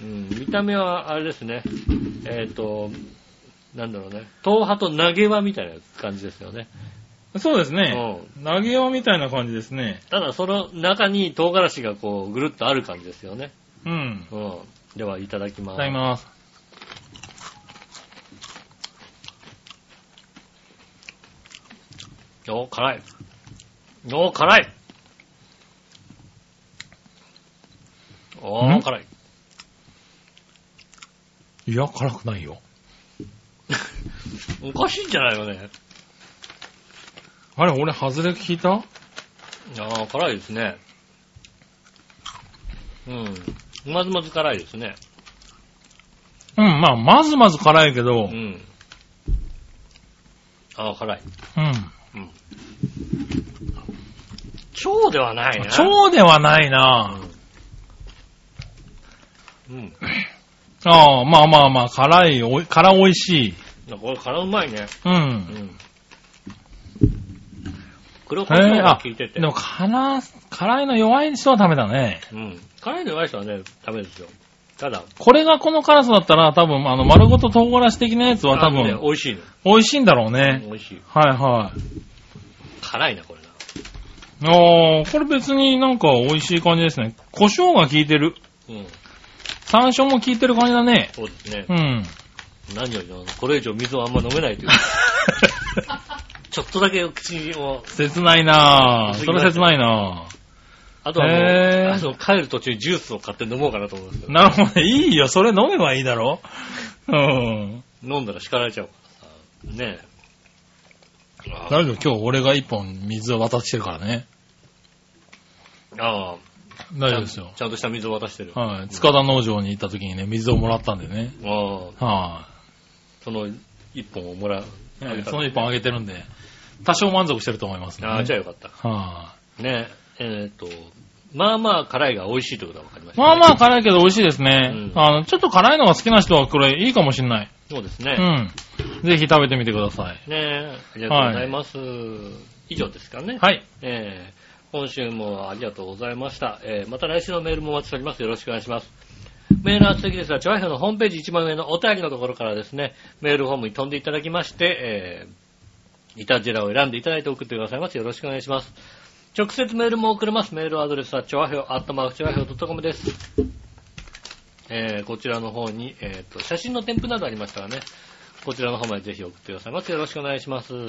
Speaker 2: うん。見た目は、あれですね。えっ、と、なんだろうね。頭派と投げ輪みたいな感じですよね。
Speaker 3: そうですね。
Speaker 2: うん。
Speaker 3: 投げ輪みたいな感じですね。
Speaker 2: ただその中に唐辛子がこうぐるっとある感じですよね。
Speaker 3: うん。
Speaker 2: うん。ではいただきます。
Speaker 3: いただきます。
Speaker 2: お、辛い。お、辛い。おー、
Speaker 3: ん
Speaker 2: 辛い。 <laughs>
Speaker 3: いや、辛くないよ。
Speaker 2: おかしいんじゃないよね。
Speaker 3: あれ、俺、外れ聞いた
Speaker 2: ああ、辛いですね。うん。まずまず辛いですね。
Speaker 3: うん、まあ、まずまず辛いけ
Speaker 2: う
Speaker 3: ど、
Speaker 2: ん。ああ、辛い。
Speaker 3: うん。
Speaker 2: 超ではないな。
Speaker 3: 超ではないな
Speaker 2: うん。
Speaker 3: ああ、まあまあまあ、辛い、おい辛美味しい。
Speaker 2: これ辛うまいね。
Speaker 3: う。
Speaker 2: うんん。黒胡
Speaker 3: へ
Speaker 2: 椒
Speaker 3: え、
Speaker 2: が
Speaker 3: あ
Speaker 2: 効いて、て
Speaker 3: で。も辛、辛いの弱い人はダメだね。
Speaker 2: うん。辛いの弱い人はね、ダメですよ。ただ、
Speaker 3: これがこの辛さだったら、多分、あの、丸ごと唐辛子的なやつは多
Speaker 2: あのね
Speaker 3: 分、
Speaker 2: 美味しいの。
Speaker 3: 美味しいんだろうね。
Speaker 2: 美味しい。
Speaker 3: はいはい。
Speaker 2: 辛いな、これな。
Speaker 3: ああ、これ別になんか美味しい感じですね。胡椒が効いてる。
Speaker 2: うん。
Speaker 3: 山椒も効いてる感じだね。
Speaker 2: そうですね
Speaker 3: う。ん。 <laughs>
Speaker 2: 何よりも、これ以上水をあんま飲めないという。ちょっとだけ口を、
Speaker 3: 切ないなぁ。それ切ないなぁ。
Speaker 2: あとはもう
Speaker 3: へ、ー
Speaker 2: あの、帰る途中にジュースを買って飲もうかなと思うんですけど、
Speaker 3: なるほどね。いいよ。それ飲めばいいだろ。うん。
Speaker 2: 飲んだら叱られちゃうからさ。ねえ。あ
Speaker 3: 大丈夫。今日俺が一本水を渡してるからね。
Speaker 2: あああ、
Speaker 3: 大丈夫ですよ。
Speaker 2: ちゃんとした水を渡してる。あ
Speaker 3: はい。塚田農場に行った時にね、水をもらったんでね。
Speaker 2: あ、
Speaker 3: は
Speaker 2: その一本をもらう。
Speaker 3: い。その一本あげてるんで、多少満足してると思いますね。
Speaker 2: ああ、じゃ
Speaker 3: ゃ
Speaker 2: あよかった。
Speaker 3: は
Speaker 2: ねえ。えっ、と、まあまあ辛いが美味しいということが分かりましたね、
Speaker 3: まあまあ辛いけど美味しいですね。
Speaker 2: うん
Speaker 3: あの、ちょっと辛いのが好きな人はこれいいかもしんない。
Speaker 2: そうです
Speaker 3: う
Speaker 2: ね。
Speaker 3: ん。ぜひ食べてみてください。
Speaker 2: ねえ、ありがとうございます。以上ですかね。
Speaker 3: はい。
Speaker 2: えー今週もありがとうございました。えーまた来週のメールもお待ちしております。よろしくお願いします。メールは次ですが、チョアヘのホームページ一番上のお便りのところからですね、メールフォームに飛んでいただきまして、えー、イタジェラを選んでいただいて送ってくださいます。よろしくお願いします。直接メールも送れます。メールアドレスは、チョアヘオ、アットマークチョアヘオ .com です。えーこちらの方に、えーと、写真の添付などありましたらね、こちらの方までぜひ送ってくださいます。よろしくお願いします。
Speaker 3: は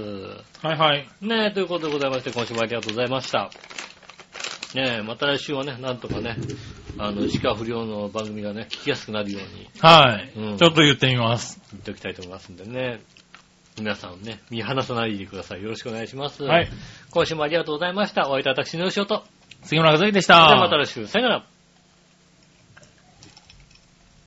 Speaker 3: いはい。
Speaker 2: ねえ、ということでございまして、今週もありがとうございました。ねえ、また来週はね、なんとかね、あの、石川不良の番組がね、聞きやすくなるように
Speaker 3: はい、
Speaker 2: うん
Speaker 3: ちょっと言ってみます。
Speaker 2: 言っておきたいと思いますんでね、皆さんをね、見放さないでください。よろしくお願いします。
Speaker 3: はい。
Speaker 2: 今週もありがとうございました。お会いいたい私、のよしおと。
Speaker 3: 杉村和之でし
Speaker 2: それ
Speaker 3: た。
Speaker 2: ではまた来週、さよなら。